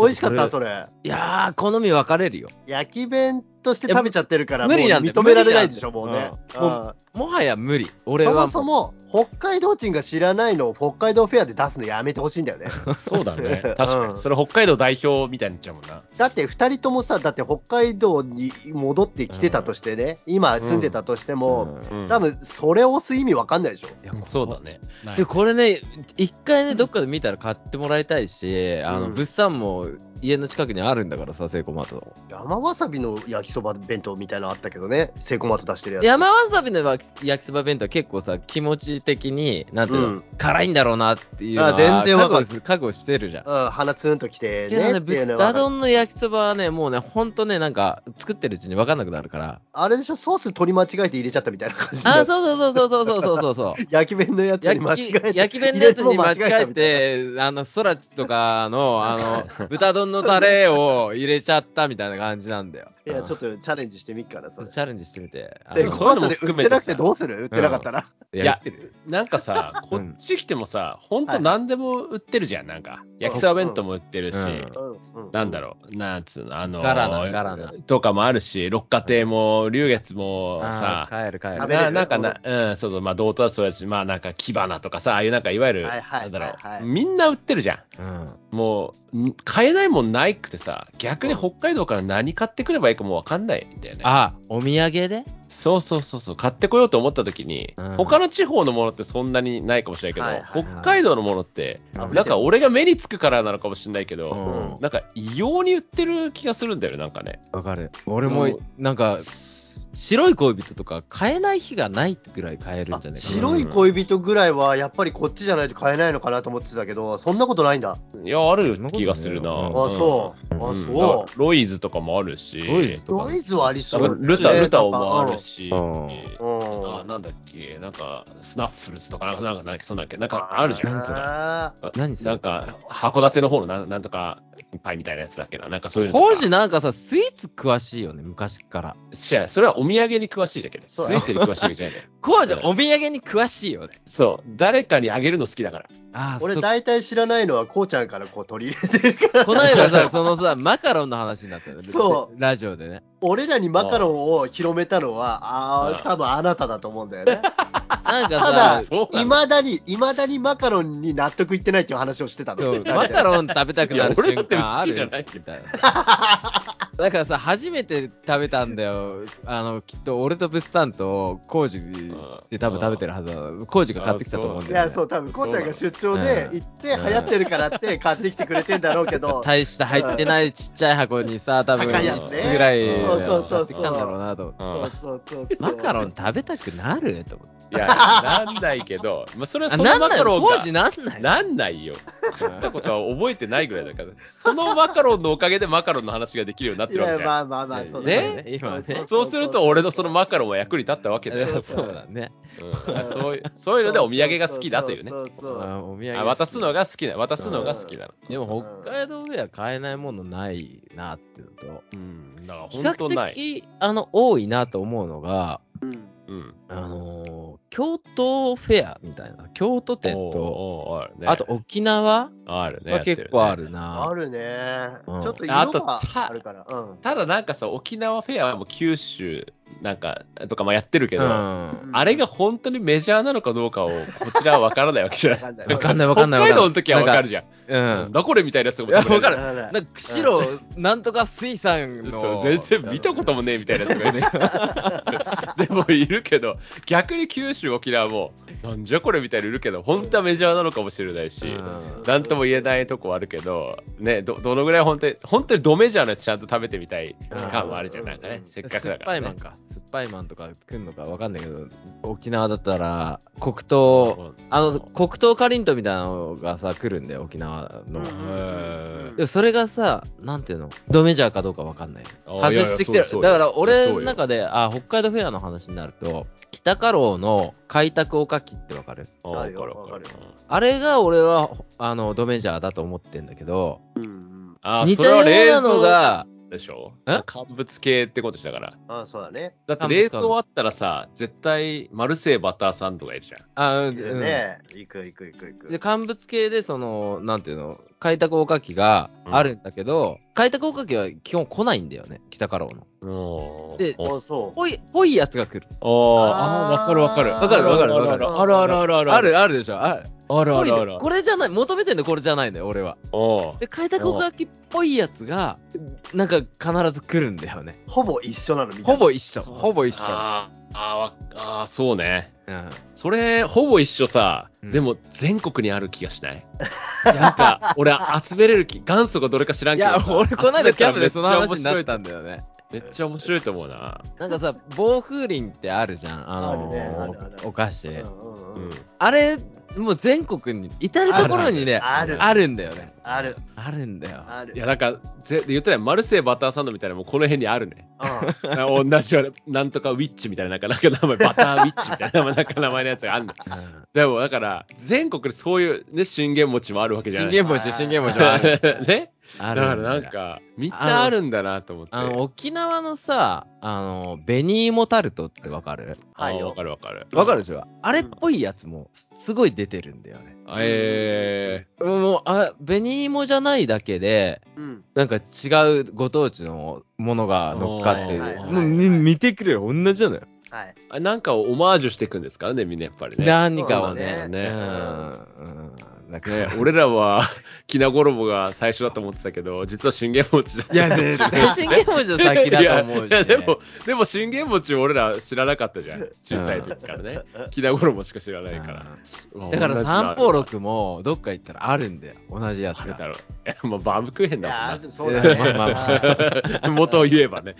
C: 美味しかった、
A: れ。
C: それ。
A: いやー、好み分かれるよ。
C: 焼き弁として食べちゃってるから、も
A: 無
C: う
A: 理なんだよ
C: 認められないでしょ、も
A: 無
C: う
A: 理なん
C: ね。
A: だようん
C: うん
A: もはや無理。俺
C: そ
A: は
C: もそも、北海道人が知らないのを北海道フェアで出すのやめてほしいんだよね。
B: そうだ
A: *laughs*
B: ね。確か
C: うん
B: に。それ北海道代表みたいになっちゃうもんな。
C: *laughs* だって2人ともさ、だって北海道に戻ってきてたとしてね、今住んでたとしても、
A: う
B: うん
C: 多分それを押す意味わかんないでしょ。
A: いや
B: うんそうだ。ね。ない
A: で、これね、一回ね、どっかで見たら買ってもらいたいし、あの、
C: うん
A: 物産も家の近くにあるんだからさ、セイコーマート。
C: 山わさびの焼きそば弁当みたいなのあったけどね、セイコーマート出してるやつ。
A: 山わさびの焼きそば弁当は結構さ、気持ち的に、なんていうの、
C: うん
A: 辛いんだろうなっていうのは
C: あ全然分か
A: 覚悟
C: る
A: す覚悟してるじゃん。
C: うん、鼻ツーンときて
A: 違う
C: ね
A: ね、
C: っていうの
A: 豚
C: は。
A: 丼の焼きそばはね、もうね、ほんとね、なんか、作ってるうちに分かんなくなるから。
C: あれでしょ、ソース取り間違えて入れちゃった *laughs* みたいな感じ
A: あ、
C: で。
A: そうそうそうそうそうそうそうそう。
C: 焼き弁のやつに
A: 焼
C: 間違
A: き
C: えて。
A: 焼き弁のやつに間
C: 入れ
A: 違
C: るのみたいな
A: えて、あの、ソラチとかの、あの、豚丼のタレを入れちゃったみたいな感じなんだよ。
C: いや、ちょっ
A: と。
C: とチャレンジしてみっから、それ。
A: チャレンジしてみて。あ
C: セイ
A: の
B: で
C: コー
B: そう
C: マ
B: いうのも
C: ートで売
B: 含
C: っ
B: め
C: て
B: て
C: なくてどうする売ってなかったら。
B: いや
A: やってる。、
B: なんかさ、こっち来てもさ、ほんと何でも売ってるじゃん。なんか、焼きそば弁当も売ってるし、
A: うん
C: うんうん
B: なんだろう、なんつうの、あのー、
A: ガラナガラナ
B: とかもあるし、六花亭も、龍月もさ、
A: あー帰る帰
C: 食
A: る。
C: べれ
B: な
C: る
B: なんかな、うん、そうそう、まあ、道東はそうやし、まあ、なんか、木花とかさ、ああいうなんか、いわゆる、
C: はいはい
B: なんだろう、
C: はいはい
B: みんな売ってるじゃ
A: うん。
B: ん。もう、ん買えないもんないくてさ、逆に北海道から何買ってくればいいかもわかんないんだよね。
A: あ、お土産で
B: そうそうそうそう、買ってこようと思った時に、
A: うん
B: 他の地方のものってそんなにないかもしれないけど、
C: はいはい
A: はい
B: 北海道のものって、
A: うん
B: なんか、俺が目につくからなのかもしれないけ
A: う
B: ど、
A: ん。
B: なんか、異様に売ってる気がするんだよね、なんかね。
A: わかる。俺も
B: うん、
A: なんか、白い恋人とか買えない日がないぐらい買えるんじゃないかな。
C: 白い恋人ぐらいはやっぱりこっちじゃないと買えないのかなと思ってたけど、そんなことないんだ。
B: いや、ある気がするな。
A: そんな
C: あ、
A: こ
C: そう。
B: う
C: あ、
B: ん
C: そ
B: ロイズとかもあるし、
A: ロイズ
C: う。ドイツはあり
B: 多
C: そう
B: 分ルタ、ルタオもある。し、
A: うん
C: うん。
B: あなんだっけ、なんか、スナッフルズとか、なんか、なんかなんだっけ、そんなんだっけ、なんかあるじゃん。そんな
C: ゃ
A: 何それ
B: なんか、函館の方のなんなんとか、パイみたいなやつだっけな、なんかそういうのと
A: コ
B: か。
A: ージなんかさ、スイーツ詳しいよね、昔から。
B: 違うそれはお土産に詳しいだけで、スイ
C: そうだよ
B: ーツに詳しいわけじゃないんだよ
A: コージお土産に詳しいよね。
B: そう、誰かにあげるの好きだから。
A: ああ、
C: 俺
A: そっ
C: 大体知らないのはこうちゃんからこう取り入れてるか
B: *laughs*
C: ら
A: この間さ、そのさ、マカロンの話になったよね。。
C: そう
A: ラジオでね。
C: 俺らにマカロンを広めたのは、あ
B: あ
C: あ、
B: あ
C: 多分あなただと思うんだよ
A: なん
C: ね。
A: かさ
C: ただ、
B: そうなの
C: いまだに、いまだにマカロンに納得いってないっていう話をしてた
A: そ
C: の。
A: う
B: *laughs*
A: マカロン食べたくなる
B: いや俺
A: 瞬
B: だって
A: 間あ
B: 好
A: る
B: きじゃない
A: みたいな。だからさ、初めて食べたんだよ。あの、きっと俺とブスさんと、コウジで多分食べてるはずだ。コウジが買ってきたと思うん
C: い
A: だよ、
C: や、
A: ね。
C: そう、多分こうちゃんが出張で行って、
A: う
C: 流
A: ん
C: 行ってるからって買ってきてくれてんだろうけ
A: *laughs*
C: ど、
A: 大した入ってないちっちゃい箱にさ、多分
C: 高
B: いやつね
A: 5つぐらいで
B: そうそう
A: 買
B: そうそう
A: ってきたんだろうなと思って。
B: うん
C: そうそうそうそう。
A: マカロン食べたくなると思って。
B: いや、なんないけど、まあ、それは
A: あ、
B: その
A: なん
B: マ
A: だ
B: カロ
A: よ、
B: ン
A: コウ
B: が
A: ジなんない
B: なんないよ。食ったことは覚えてないぐらいだから。そのマカロンのおかげでマカロンの話ができるようになって
C: い
B: るわけ
C: や、
B: じゃん。
C: まあまあまあ、そうだ
A: ね今はね
B: そうすると、俺のそのマカロンは役に立ったわけだよ。
A: いや *laughs* そうだね。
B: うんあそういうそういうのでお土産が好きだというね。
C: そうそうそう
A: あお土産。
B: あ渡すの。が好きな、渡すのが好きなの。
A: でも北海道では買えないものないなっていうのと、
B: うん、だから
A: 比
B: 本当
A: 較
B: ない。
A: 的あの多いなと思うのが、
B: うん。
A: あのー京都フェアみたいな、京都店と、
B: おうおうあるね
A: あと、沖縄
B: あるね。
A: は結構あ
B: やってね
A: るな。
C: あるね。
A: うん
C: ちょっと色
B: あと
C: が
B: た
C: あるから。うん。
B: ただなんかさ、沖縄フェアはもう九州なんかとかもやってるけ
A: け
B: ど、
A: ど、
B: あれが本当にメジャーなのかどうかを、こちらは分からないわけじゃない。
C: わかんない。
A: *laughs* わかんないわか
B: 北
A: んないわ
B: 海
A: かんない。
B: 道の時は分かるじゃん。
A: なん
B: な
A: か。
B: んだこれみたいなやつとかも
A: いや
B: 食べられる
A: わ
C: わかんない
A: うん。なんか釧路、なんとか水産の。
B: そう全然見たこともねえみたいなやつがいる
A: *laughs*
B: でもいるけど逆に九州沖縄もなんじゃこれみたいにいるけど本当はメジャーなのかもしれないし、
A: うん
B: なんとも言えないとこはあるけど、ね、どどのぐらい本当に本当にドメジャーなやつちゃんと食べてみたい感はあるじゃんないかね、
C: うん
B: せっかく
A: 酸
B: だ
A: っ
B: か
A: ぱ
B: ら、
A: いマ
B: ね
A: ン。か。酸っぱいマンとか来んのかわかんないけど、沖縄だったら、黒糖、あの、黒糖かりんとうみたいなのがさ、来るんだよ、沖縄の。
B: うん
A: でもそれがさ、なんていうの、ドメジャーかどうかわかんない。
B: あ
A: 外
B: いやいや
A: してきて
B: そ
A: る。
B: うよ
A: だから俺
B: そう
A: の
B: よ
A: 中で、あ、北海道フェアの話になると、北家老の開拓おかきってわかる
B: あ
C: あるよ
B: わかるわかる
C: わか
A: あれが俺は、あの、ドメジャーだと思ってんだけど、
C: うん
B: あ
A: 似
B: そ
A: た
B: れ
A: よ
B: は
A: う
B: 冷
A: な
B: 蔵
A: のが、
B: でしょ
A: え
B: 乾物系ってことだから
C: うん。あ、そうだね。
B: だって冷凍あったらさ絶対マルセイバターサンドがいるじゃん
A: あ、う
C: い
A: ん
C: いよね。行く行く行く行く。
A: で乾物系でそのなんていうの開拓おかきがあるんだけど、開拓おかきは基本来ないんだよね北家老ので
B: お
C: あ、そう。
A: ぽいぽいやつが来る
B: おーあー、わかるわかる。
C: あー
A: わかるわかるわかる
B: あるあるあるある。
A: あるあるでしょある
B: あるあ
A: ぽい
B: る
A: の
B: ある。
A: これじゃない求めてんのこれじゃないんだよ俺は
B: おー
A: で開拓おかきっぽいやつがなんか必ず来るんだよね
C: ほぼ一緒なのみんな
A: ほぼ一緒
B: そう
A: ほぼ一緒、
B: あーあーわあー、そうね。
A: うん、
B: それ、ほぼ一緒さ。
A: うん
B: でも、全国にある気がしない。なんか、俺、集めれる気、元祖がどれか知らん
A: い
B: けど
A: や
B: さ。
A: 俺こないだキャンプでその話に
B: 集め
A: なったた
B: ら
A: んだよね
B: めっちゃ面白いと思うな。
A: なんかさ防風林ってあるじゃんあのー
C: あるねあるある
A: お菓子、
C: うんう
B: うん
C: うんん。
A: あれもう全国に至るところにね
C: ある
A: あるんだよね
C: ある
A: あるんだよ。
C: ある。
B: いや、なんか、ぜ言ったら、マルセイバターサンドみたいなのもこの辺にある
A: *laughs*
B: ね。 *laughs*
C: うん
B: な同じような、なんとかウィッチみたいな、なんか、なんか名前、バターウィッチみたいな、なんか名前のやつがあるの。でもだから、全国でそういうね、信玄餅もあるわけじゃ
A: 信
B: ない
A: 玄
B: です
A: 餅、信玄餅はあ
B: か。
A: る。
B: ね。
A: あ
B: だ
A: る
B: からなん。か、みんなあるんだなと思って。
A: あの、沖縄のさ、あの、紅芋タルトってわかる
B: あ
C: はいよ
B: わかるわかる。
A: わかるでしょあれっぽいやつも、すごい出てるんだよね。
B: え
A: もう、あ、紅芋じゃないだけで、
C: うん。
A: なんか違うご当地のものが乗っかって
B: はいはい
A: る
B: は。い
A: もうみ見てくれよ、同じじゃない
C: はい。
B: ー、あなんかをオマージュしていくんですからね、みんなやっぱりね。
A: 何かを
C: そ
A: ね。
B: うだ
A: う
B: ね
A: ん。うんだから
B: ね、俺らは、きなごろぼが最初だと思ってたけど、実は信玄餅だった
A: いや、絶対信玄餅の先だと思うし
B: いやいやで
A: ね
B: も。、 *laughs* でも信玄餅俺ら知らなかったじゃん。小さい時からね。きなごろぼしか知らないから。
A: だから三宝
B: 六
A: 六もどっか行ったらあるんだよ。同じやつ
B: ある
A: が。
B: だろう。いやまあ、バームクーヘン
C: い
B: だもん
C: や、
B: な
C: あ。るそうだね。
A: *laughs* まあまあ
B: *laughs* 元を言えばね。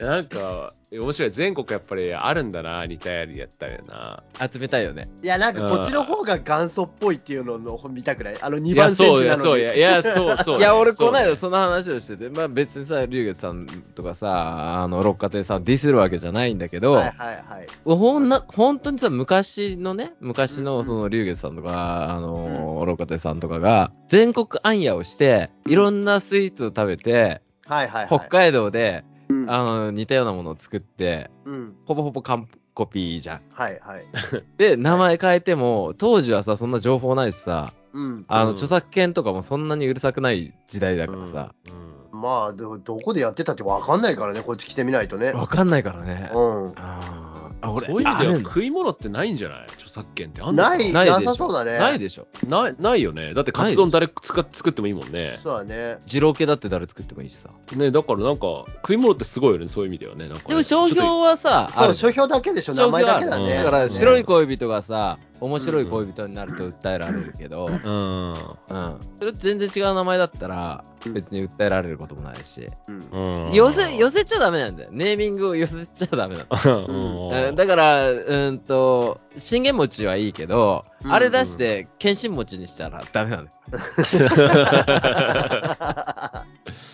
C: うん
B: なんか、面白い。全国やっぱりあるんだな、似たやりやったりな。
A: 集めたいよね。
C: いや、なんかこっちの方が元祖っぽいっていうのの見たくないあの
B: い
C: 2
B: や、
C: 番手
B: そう
C: な
B: や、そ
C: の
B: う
C: に。
B: や、いや、そう、そう。
A: いや、俺、こない
B: よ
A: だその話をしてて、まあ別にさ、龍月さんとかさ、あの、六花亭さんをディスるわけじゃないんだけど、
C: はいはいはい。
A: ほんな、本当にさ、昔のね、昔
C: う
A: の
C: ん
A: その龍月さんとか、あのー、六花亭さんとかが、全国暗夜をして、いろんなスイーツを食べて、
C: はいはいはい。
A: 北海道で、
C: うん
A: あの、似たようなものを作って、
C: うん。
A: ほぼほぼ完コピーじゃん。
C: はいはい。
A: で、名前変えても、当時はさ、そんな情報ないしさ、
C: うん。
A: あの、
B: うん
A: 著作権とかもそんなにうるさくない時代だからさ、
B: うん。うん
C: まあ、どどこでやってたってわかんないからね、こっち来てみないとね。
A: わかんないからね。
C: う
A: あーあ、俺、
B: そういう意味で
A: あ
B: は
A: るんだ
B: 食い物ってないんじゃない著作権ってあ
C: ん。
B: んのか
C: ない、
A: ないでしょ
C: なさそうだね。
A: ないでしょ。
B: ないないよね。だってカツ丼誰つか作ってもいいもんね。
C: そうだね。
A: 二郎系だって誰作ってもいいしさ。
B: ね、だからなんか、食い物ってすごいよね、そういう意味ではね。なんかね
A: でも商
B: ちょっと
A: 標はさ、あ
C: そう、
A: るじゃん
C: 書評だけでしょ、名前だけ
B: 商
C: だね。
B: 標あ
A: だ
B: る
A: から
B: ね
A: 白い恋人がさ、面白い恋人になると訴えられるけど、
B: う
A: う
B: ん。
A: ん、それと全然違う名前だったら、別に訴えられることもないし、
C: うん
B: うん
A: 寄せ、寄せちゃダメなんだよ。ネーミングを寄せちゃダメなんだ。
B: うん
A: うんだから、うーんと、信玄餅はいいけど、
C: うん
A: あれ出して、謙信餅にしたらダメなんだよ。 *laughs*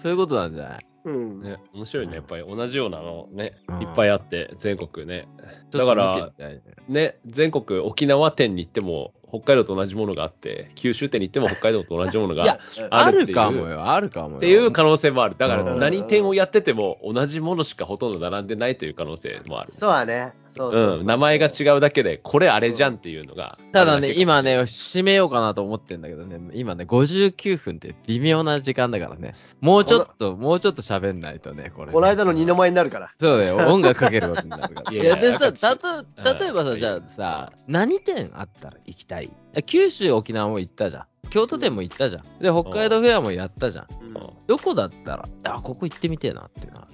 A: そういうことなんじゃない
C: うん。
B: ね、面白いね。やっぱり同じようなのね
A: うん、
B: いっぱいあって、全国ね。
A: ちょ
B: だ
A: っと
B: から
A: 見、てみたいね
B: ね、全国沖縄店に行っても、北海道と同じものがあって、九州店に行っても北海道と同じもの
A: いや
B: が
A: あ
B: あるっ
A: る
B: ていう。
A: かもよ、あるかもよ。
B: っていう可能性もある。だから
A: うん
B: 何店をやってても同じものしかほとんど並んでないという可能性もある。
C: そうだね。そうそうそう
B: うん、名前が違うだけで、これあれじゃんっていうのが。
A: ただね、
B: あれけか
A: 今
B: もしれ
A: ね、締めようかなと思ってんだけどね、今ね、59分って微妙な時間だからね、もうちょっと、もうちょっと喋んないとね、これね、
C: この間の二の舞になるから。
A: そうだよ、音楽かけることになる *laughs* から。い
B: いや
A: や、で
B: な
A: さ、
B: んか
A: た
B: ち
A: と、例えば
B: う
A: さ、
B: ん
A: じゃあさ、何店あったら行きたい九州、沖縄も行ったじゃん。京都店も行ったじゃん。で、北海道フェアもやったじゃん。
B: ないうん
A: どこだったら、あ、ここ行ってみてえなっていうのは。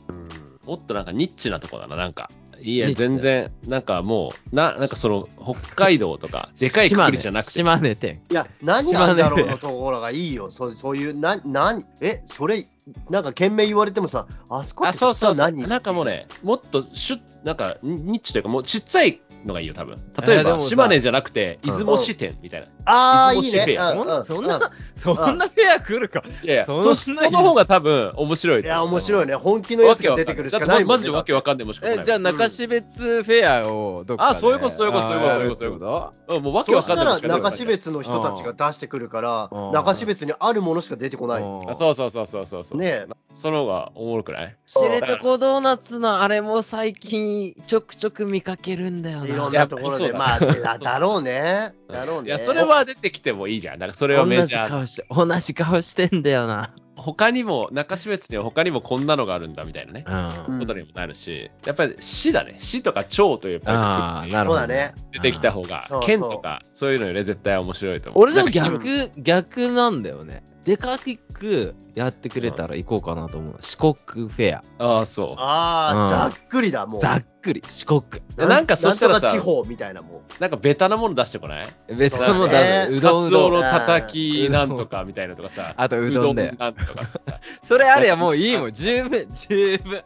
B: もっとなんかニッチなとこだな、なんか。いや、
A: ニッチだ
B: 全然、なんかもう、な、なんかその、北海道とか、でかいく
A: 島
B: く
A: 根
B: りじゃなくて。
A: 島根店。
C: いや、何なんだろうのところがいいよ。そうそういう、な、なん、え、それ、なんか懸命言われてもさ、あそこっ
B: あ、
C: て
B: そうそう
C: 実は
B: そう。
C: 何
B: なんかもうね、もっとシュッ、なんか、ニッチというか、もうちっちゃいのがいいよ、多分。例
A: えー
B: え
A: でも
B: ば、
A: さ
B: 島根じゃなくて、
A: うん
B: 出雲支店みたいな。
C: ああ、いい
B: 出雲市
C: ね。
B: フェア
C: うう
A: そんな
C: う
A: そんなフェア来るか。
B: いやいや、
A: そんな
B: そその方が多分、面白い
C: い
B: と思う。
C: や、面白いね。本気の
B: わ
C: やつ
B: けわ
C: が
B: か
C: 出
B: んな
C: て
B: い
C: くるしかない
B: だってま
C: もん
B: マ
C: ね。
B: ジでわけわかんないもんしか
A: え、
B: ない
A: じゃあ
B: もん。
A: 中標津フェアをどっかで
B: あそういうことそういうことそういうことそういうこと
A: あ
B: うんもうわけ
C: そう
B: わか
C: し
B: んな
C: た
B: いもん
C: ら
B: しか出てこない
C: 中標津の人たちが出してくるから
A: うん、
C: 中標津にあるものしか出てこ
A: ー
C: ない。
B: あそうそうそうそうそうそう。
C: ねえ
B: その方がおもろくない
A: 知床ドーナツのあれも最近ちょくちょく見かけるんだよな。
C: いろんなところで、
B: やっ
C: まあ、
B: ぱ
C: だだろうね。だろう
B: い
C: ね。
B: や、それは出てきてもいいじゃん。なんかそれはメ
A: 同
B: ジ
A: じ
B: ャー。
A: 顔して、同じ顔してんだよな。
B: 他にも、中標津には他にもこんなのがあるんだみたいなね。
A: う
C: うん
A: ん。
B: ことにもなるし、やっぱり市だね。市とか町という
A: あ
B: か
A: あ、なるほど。
C: そうだね
B: 出てきた方が
C: そう、そう
B: 県とかそういうのより絶対面白いと思う。
A: 俺でも
B: なんか
A: 逆、逆なんだよね。でかくやってくれたら行こうかなと思う。四国フェア。
B: ああ、そう。
C: ああ、
A: うん
C: ざっくりだ、もう。
A: ざっくり、四国。
B: でなんかそしたらさ
C: なんとか地方みたいなもん。
B: なんかベタなもの出してこない
A: 別にもうだ
C: そうだ
A: め
C: ね
A: う
B: カツ
A: どんうど
B: オ
A: ん。
B: のたたきなんとかみたいなとかさ。
A: あとうどんだよ
B: うなんとか。 *laughs*
A: それあれやもういいもん。十分、十分。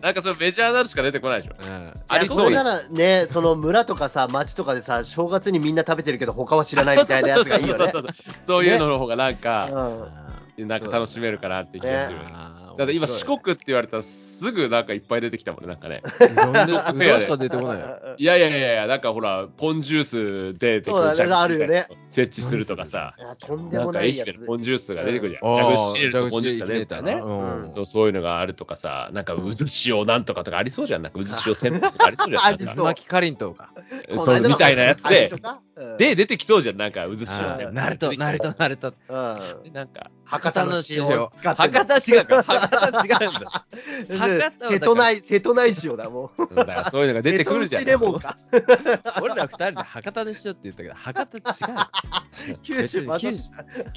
B: なんかそのメジャーなのしか出てこないでしょ。
A: うん。
B: ありそう
C: いや
B: よ
C: それならね、その村とかさ、町とかでさ、正月にみんな食べてるけど、他は知らないみたいなやつがいいよ
B: *laughs*
C: ね
B: そ。うそうそうそうそういうのの方がなんか、
C: うん
B: なんか楽しめるかなって気がするよね。
A: あー
B: だって今四国って言われたらすぐなんかいっぱい出てきたもんね、なんかね。 *laughs*
A: *laughs* 面白いねうどんでうどんしか出てこないよ。
B: いやいやいやいや、なんかほら、ポンジュースで出てく
C: そう
B: る
C: だね
B: ジャグシーみたいなの
C: あるよね
B: 設置するとかさ
C: い。やとんで
B: な
C: も
B: んか
C: ないや
B: 駅
C: つ
B: で。ポンジュースが出てくるじゃん。ジャグ
A: あー
B: シールとポンジュースが出てくるね。
A: うん
B: そうそういうのがあるとかさ、なんか渦潮なんとかとかありそうじゃん。なんか渦潮専門とかありそうじゃん。
C: *laughs* ありそう
B: なんか
A: 巻きかりんとうか。
C: この
B: そう
C: 間の
B: みたいなやつで
C: と、か、うん
B: で、出てきそうじゃん。なんか渦潮
A: あ
B: 専
A: ー
B: 門。
A: なると、なると、なると。
C: うん
B: なんか、
C: 博多の塩を使ってんの
A: 博多違うから、博多違うんだ。博多
C: 瀬戸内、瀬戸内塩だも
B: う
C: ん。
B: んだからそういうのが出てくるじゃん。
C: *laughs* 瀬戸内レモンか。
A: 俺ら二人で博多でしょって言ったけど、博多違う。
C: 九州また
A: 九州。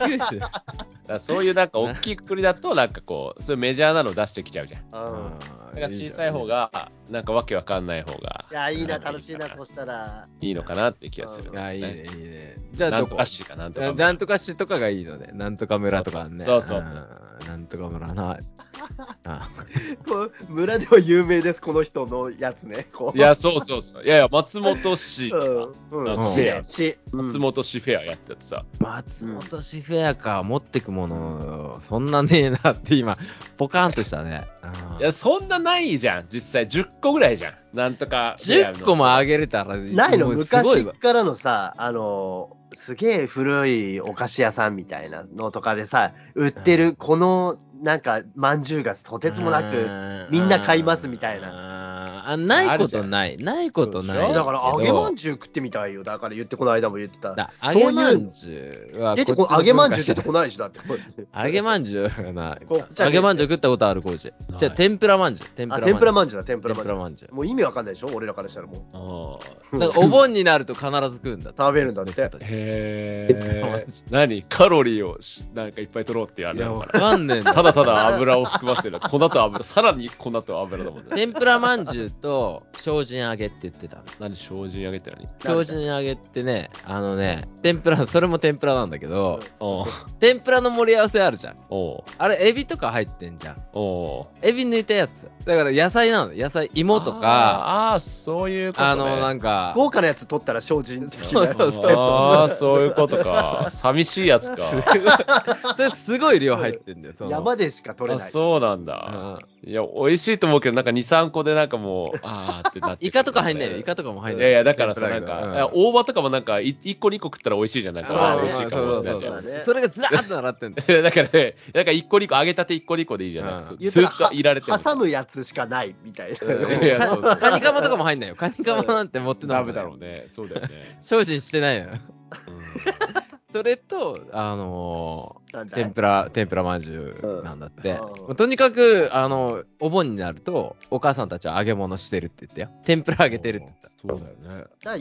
A: 九州。
B: だからそういうなんか大きいくくりだと、なんかこう、そういうメジャーなの出してきちゃうじゃん。
C: うん
B: だから小さい方。が、なんかわけわかんない方が
C: いや、いいな、楽しいな、そしたら。
B: いいのかなって気がする
A: い
B: ん
A: や、
B: だ
A: いい
B: よね、
A: ね、いいね。じゃあ、
B: な
A: ど
B: んと
A: こ
B: か市かなんとか。
A: なんとか市とかがいいのね。なんとか村とかね。
B: そうそうそうそう
A: うんなんとか村 *laughs* な。あ
C: こう村では有名です、この人のやつね。こう
B: いや、そうそうそう。いやいや、松本市でさ、
C: うん
B: あ
C: うん
B: の
C: 市ね市
B: 松本市フェアやっててさ、
A: 松本市フェアか、持ってくもの、そんなねえなって今、ポカーンとしたね。うん
B: いや、そんなないじゃん。実際10個ぐらいじゃん。なんとかフェアの。
A: 10個もあげれたら、
C: ないの
A: もうすごい
C: 昔
A: わ
C: からのさ、あのー、すげえ古いお菓子屋さんみたいなのとかでさ、売ってるこのなんかまんじゅうがとてつもなく、みんな買いますみたいな
A: な。あないことない。ないことないけど。
C: だから揚げまんじゅう食ってみたいよ。だから言ってこの間も言ってた。
A: だ
C: そ
A: 揚
C: う
A: げ
C: いう
A: まん
C: の
A: じゅうは
C: 出てこ
A: っちの
C: 揚げまんじゅう出て
A: 文
C: こないでしょだって。
A: 化じゃない揚げまんじゅうはない
C: こっちは
A: 揚げまんじゅう食ったことある、コーチ。じ *laughs* ゃあ、天ぷらまんじゅう。天ぷ
C: あ
A: ら
C: 天ぷ
A: ま
C: ら
A: ん
C: まんじゅうだ天
A: じ
C: ぷ
A: ゅう。
C: ら
A: 天
C: まん
A: ぷらまんじ
C: じゅう。
A: ゅう。
C: もう意味わかんないでしょ俺らからしたらもう。
B: ああ。
A: だからお盆になると必ず食うんだって。
C: 食べるんだって。
B: へえ。何カロリーをしなんかいっぱい取ろうってや
A: い
B: る
A: や、
B: の
A: わ
B: かな。
A: かんねえんだ
B: ただただ油を含ませてる。粉 *laughs* と油、さらに粉と油だもんね。
A: 天ぷらまんじゅうと精進揚げって言ってたの。
B: 何精進揚げって何
A: 精進揚げってね、あのね、天ぷら、それも天ぷらなんだけど、
B: おう
A: 天ぷらの盛り合わせあるじゃん。
B: おう
A: あれ、エビとか入ってんじゃん。
B: おう
A: エビ抜いたやつ。だから野菜なの。野菜、芋とか、
B: あーあー、そういうことね。
A: あの、なんか、
C: 豪華なやつ取ったら精進好き
A: そう
C: な
A: そうそう
B: ああ、そういうことか。寂しいやつか。
A: それすごい量入ってんだよ。その
C: 山でしか取れ
B: あ
C: ない。
B: そうなんだ。
A: うん
B: いや、美味しいと思うけど、なんか2、3個でなんかもう、ああってなってくる、
A: イカとか入んないよ。イカとかも入ん
B: い
A: ない。
B: やいや、だからさ、な
A: 天
B: ん
A: ぷだけど
B: か、いや大葉とかもなんか、い一個二個食ったら美味しいじゃん。なん
A: そう
B: か、
A: だ
B: あ
A: ね
B: ー美味しいか
A: そ
B: も
A: う
B: み
A: そう
B: たい
A: そう
B: な
A: そ
C: だ
A: う
C: ね
A: それがずらーっと並ってんだよ。
B: *laughs* だからね、なんか一個二個、揚げたて一個二個でいいじゃん。
A: うん
B: なんかそう
C: 言っ
B: ず
C: た
B: っ
C: ら
B: といられても。
C: 挟むやつしかないみたいな。
B: いやそうそう
A: か *laughs* カニカマとかも入んないよ。カニカマなんて持って
B: ダ
A: 食
B: メ
A: べ
B: だ
A: た
B: ろうね。そうだよね。
A: 精進してないのよ。 *laughs* それと、あの
C: なん
A: ー
C: だ
A: 天ぷら、天ぷらまんじゅうなんだって。
C: うん
A: もうとにかく、あの、お盆になると、お母さんたちは揚げ物してるって言ったよ。天ぷら揚げてるって言った。
B: そうだよね。
C: だ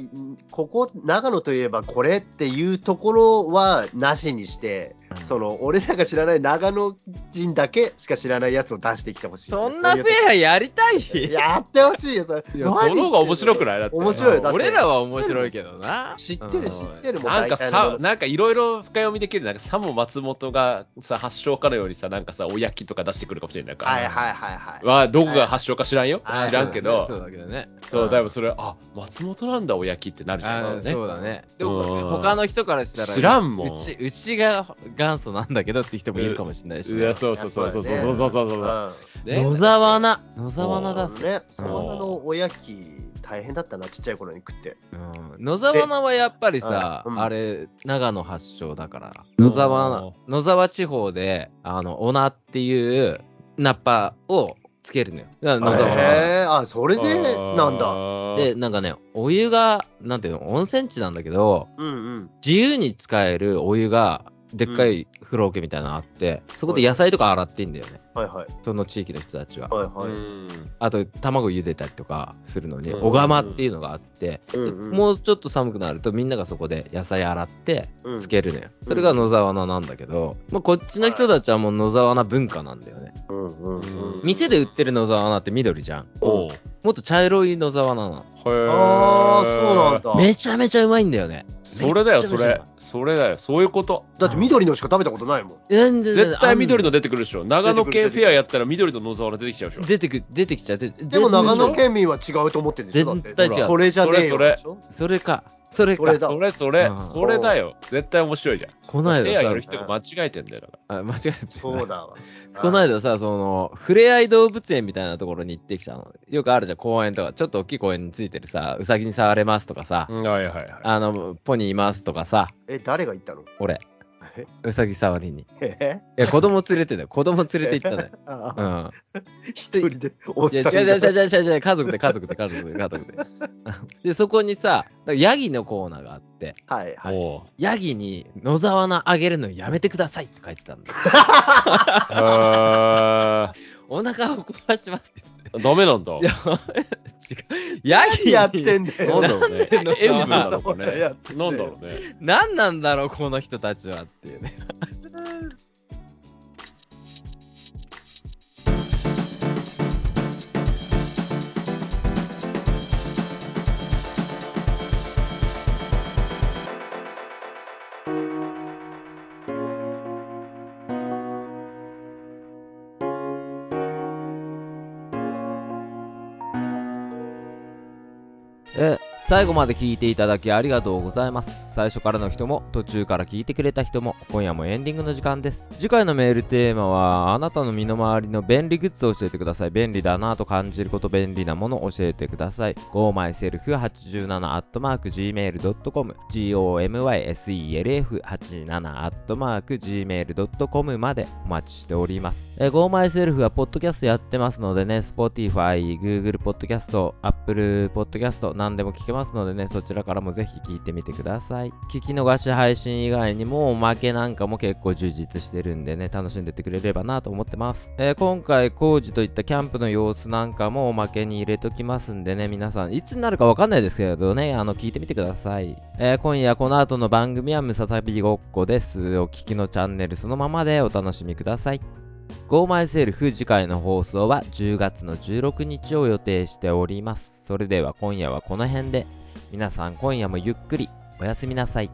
C: ここ長野といえばこれっていうところはなしにして、
A: うん
C: その俺らが知らない長野人だけしか知らないやつを出してきてほしい。
A: そんなフ
C: ういう
A: ェアやりたい
C: やってほしいよ、それ。
B: いや、その方が面白く
C: い
B: ないだって。
C: 面白いよだって
A: 俺らは面白いけどな。
C: 知ってる、
A: うん
C: 知ってるもん、
B: なんか
C: 大体のも
B: さ、
C: の
B: なんかいろいろ深読みできる、なんかさも松本がさ、発祥かのようにさ、なんかさ、おやきとか出してくるかもしれないから。
C: はいはいはいはい。
B: はどこが発祥か知らんよ、
C: はい
B: 知らんけど、
A: そうだけどね。
B: そうだいぶそれあ松本なんだおやきってなるじゃ
A: あ
B: ん、
A: ーそうだね。でも、
B: うん
A: 他の人からしたら、
B: 知らんもん
A: うち、うちが元祖なんだけどって人もいるかもしれないし
B: い
A: ね、
B: やそうそうそうそうそうそうそうそうそうそう
A: で野沢菜。野沢菜
C: う
A: だ
C: ん
A: す。
C: ね、そののおやき大変だったな、ちっちゃい頃に食って。
A: うん野沢菜はやっぱりさ、
C: うん
A: あれ、長野発祥だから、野沢菜、野沢地方で、あの、オナっていうナッパをつけるのよ。だから野沢菜。
C: へーあ、それでなんだ。
B: だ
A: で、なんかね、お湯が、なんていうの、温泉地なんだけど、
C: うんうん。
A: 自由に使えるお湯が、でっかい風呂桶みたいなのあって、そこで野菜とか洗っていいんだよね。
C: はいはい。
A: その地域の人たちは。
C: はいうはい。
B: ん
A: あと、卵茹でたりとかするのに、
B: うん
A: お釜っていうのがあって、
C: うんうん
A: もうちょっと寒くなるとみんながそこで野菜洗って
C: うん
A: つけるのよ。それが野沢菜なんだけど、まあ、こっちの人たちはもう野沢菜文化なんだよね。
C: うんうんうん。
A: 店で売ってる野沢菜って緑じゃん。
B: おうへ
A: もっと茶色い野沢菜なの。
B: ー
C: ああ、そうなんだ。
A: めちゃめちゃうまいんだよね。
B: それだよ
A: めっち
B: そ
A: ゃめちゃ
B: れそれだよそういうこと
C: だって緑のしか食べたことないもん。
A: 全然
B: 絶対緑の出てくるでしょ長野県
C: 出て
B: フ
C: くる
B: ェアやったら緑の野沢菜出てきちゃうでしょ
A: 出てく、出てきちゃう。で
C: でも長野県民は違うと思ってるんでしょだって。
A: 絶対違う
C: それじゃねえよ。
B: それ
C: でしょ
A: それか。それか。
C: それだ
B: それそれ
A: うん
B: それだよ絶対面白いじゃん
A: こない
B: フェアや
A: だ
B: る
A: さ
B: 人が間違えてんだよだか
A: あ、間違えた。
C: そうだわ。
A: *laughs* この間さ、その、ふれあい動物園みたいなところに行ってきたの。よくあるじゃん、公園とか、ちょっと大きい公園についてるさ、うさぎに触れますとかさ、
B: らうんはいはいはい
A: あの、ポニーいますとかさ、
C: え、誰が言ったの
A: 俺、
C: え
A: うさぎ触りに。い
C: え
A: や、子供連れてたよ、子供連れて行ったのよ。
C: *laughs* あ
A: う
C: あ
A: ん。
C: *laughs* 一人でおっ
A: いや、
C: さん
A: 違う
C: が
A: 違う違う違う違う違う、家族で家族で家族で家族で。で、そこにさ、ヤギのコーナーがあって、
C: はい *laughs* はい。
B: おう
A: ヤギに野沢菜あげるのやめてくださいって書いてたんだよ。
B: あ
A: お腹を壊しますって
B: *laughs* ーダメなんだ
A: いや、違う。ヤギに
C: やってんだ
B: なん
C: よ。
B: だろうね。
A: *laughs*
B: 塩分なのかね。
C: やってんだ
B: な
C: よ
B: んだろうね。
A: 何なんだろう、この人たちはっていうね。え、最後まで聞いていただきありがとうございます。最初からの人も、途中から聞いてくれた人も、今夜もエンディングの時間です。次回のメールテーマは、あなたの身の回りの便利グッズを教えてください。便利だなぁと感じること、便利なものを教えてください。gomyself87-gmail.com、gomyself87-gmail.com までお待ちしております。えー、gomyself はポッドキャストやってますのでね、Spotify、Google ポッドキャスト、Apple ポッドキャスト、何でも聞けますのでね、そちらからもぜひ聞いてみてください。聞き逃し配信以外にも、おまけなんかも結構充実してるんでね、楽しんでってくれればなと思ってます。えー今回、工事といったキャンプの様子なんかもおまけに入れときますんでね、皆さん、いつになるかわかんないですけどね、あの、聞いてみてください。えー今夜この後の番組はムササビごっこです。お聞きのチャンネルそのままでお楽しみください。ゴーマイセルフ次回の放送は10月の16日を予定しております。それでは今夜はこの辺で、皆さん今夜もゆっくりおやすみなさい。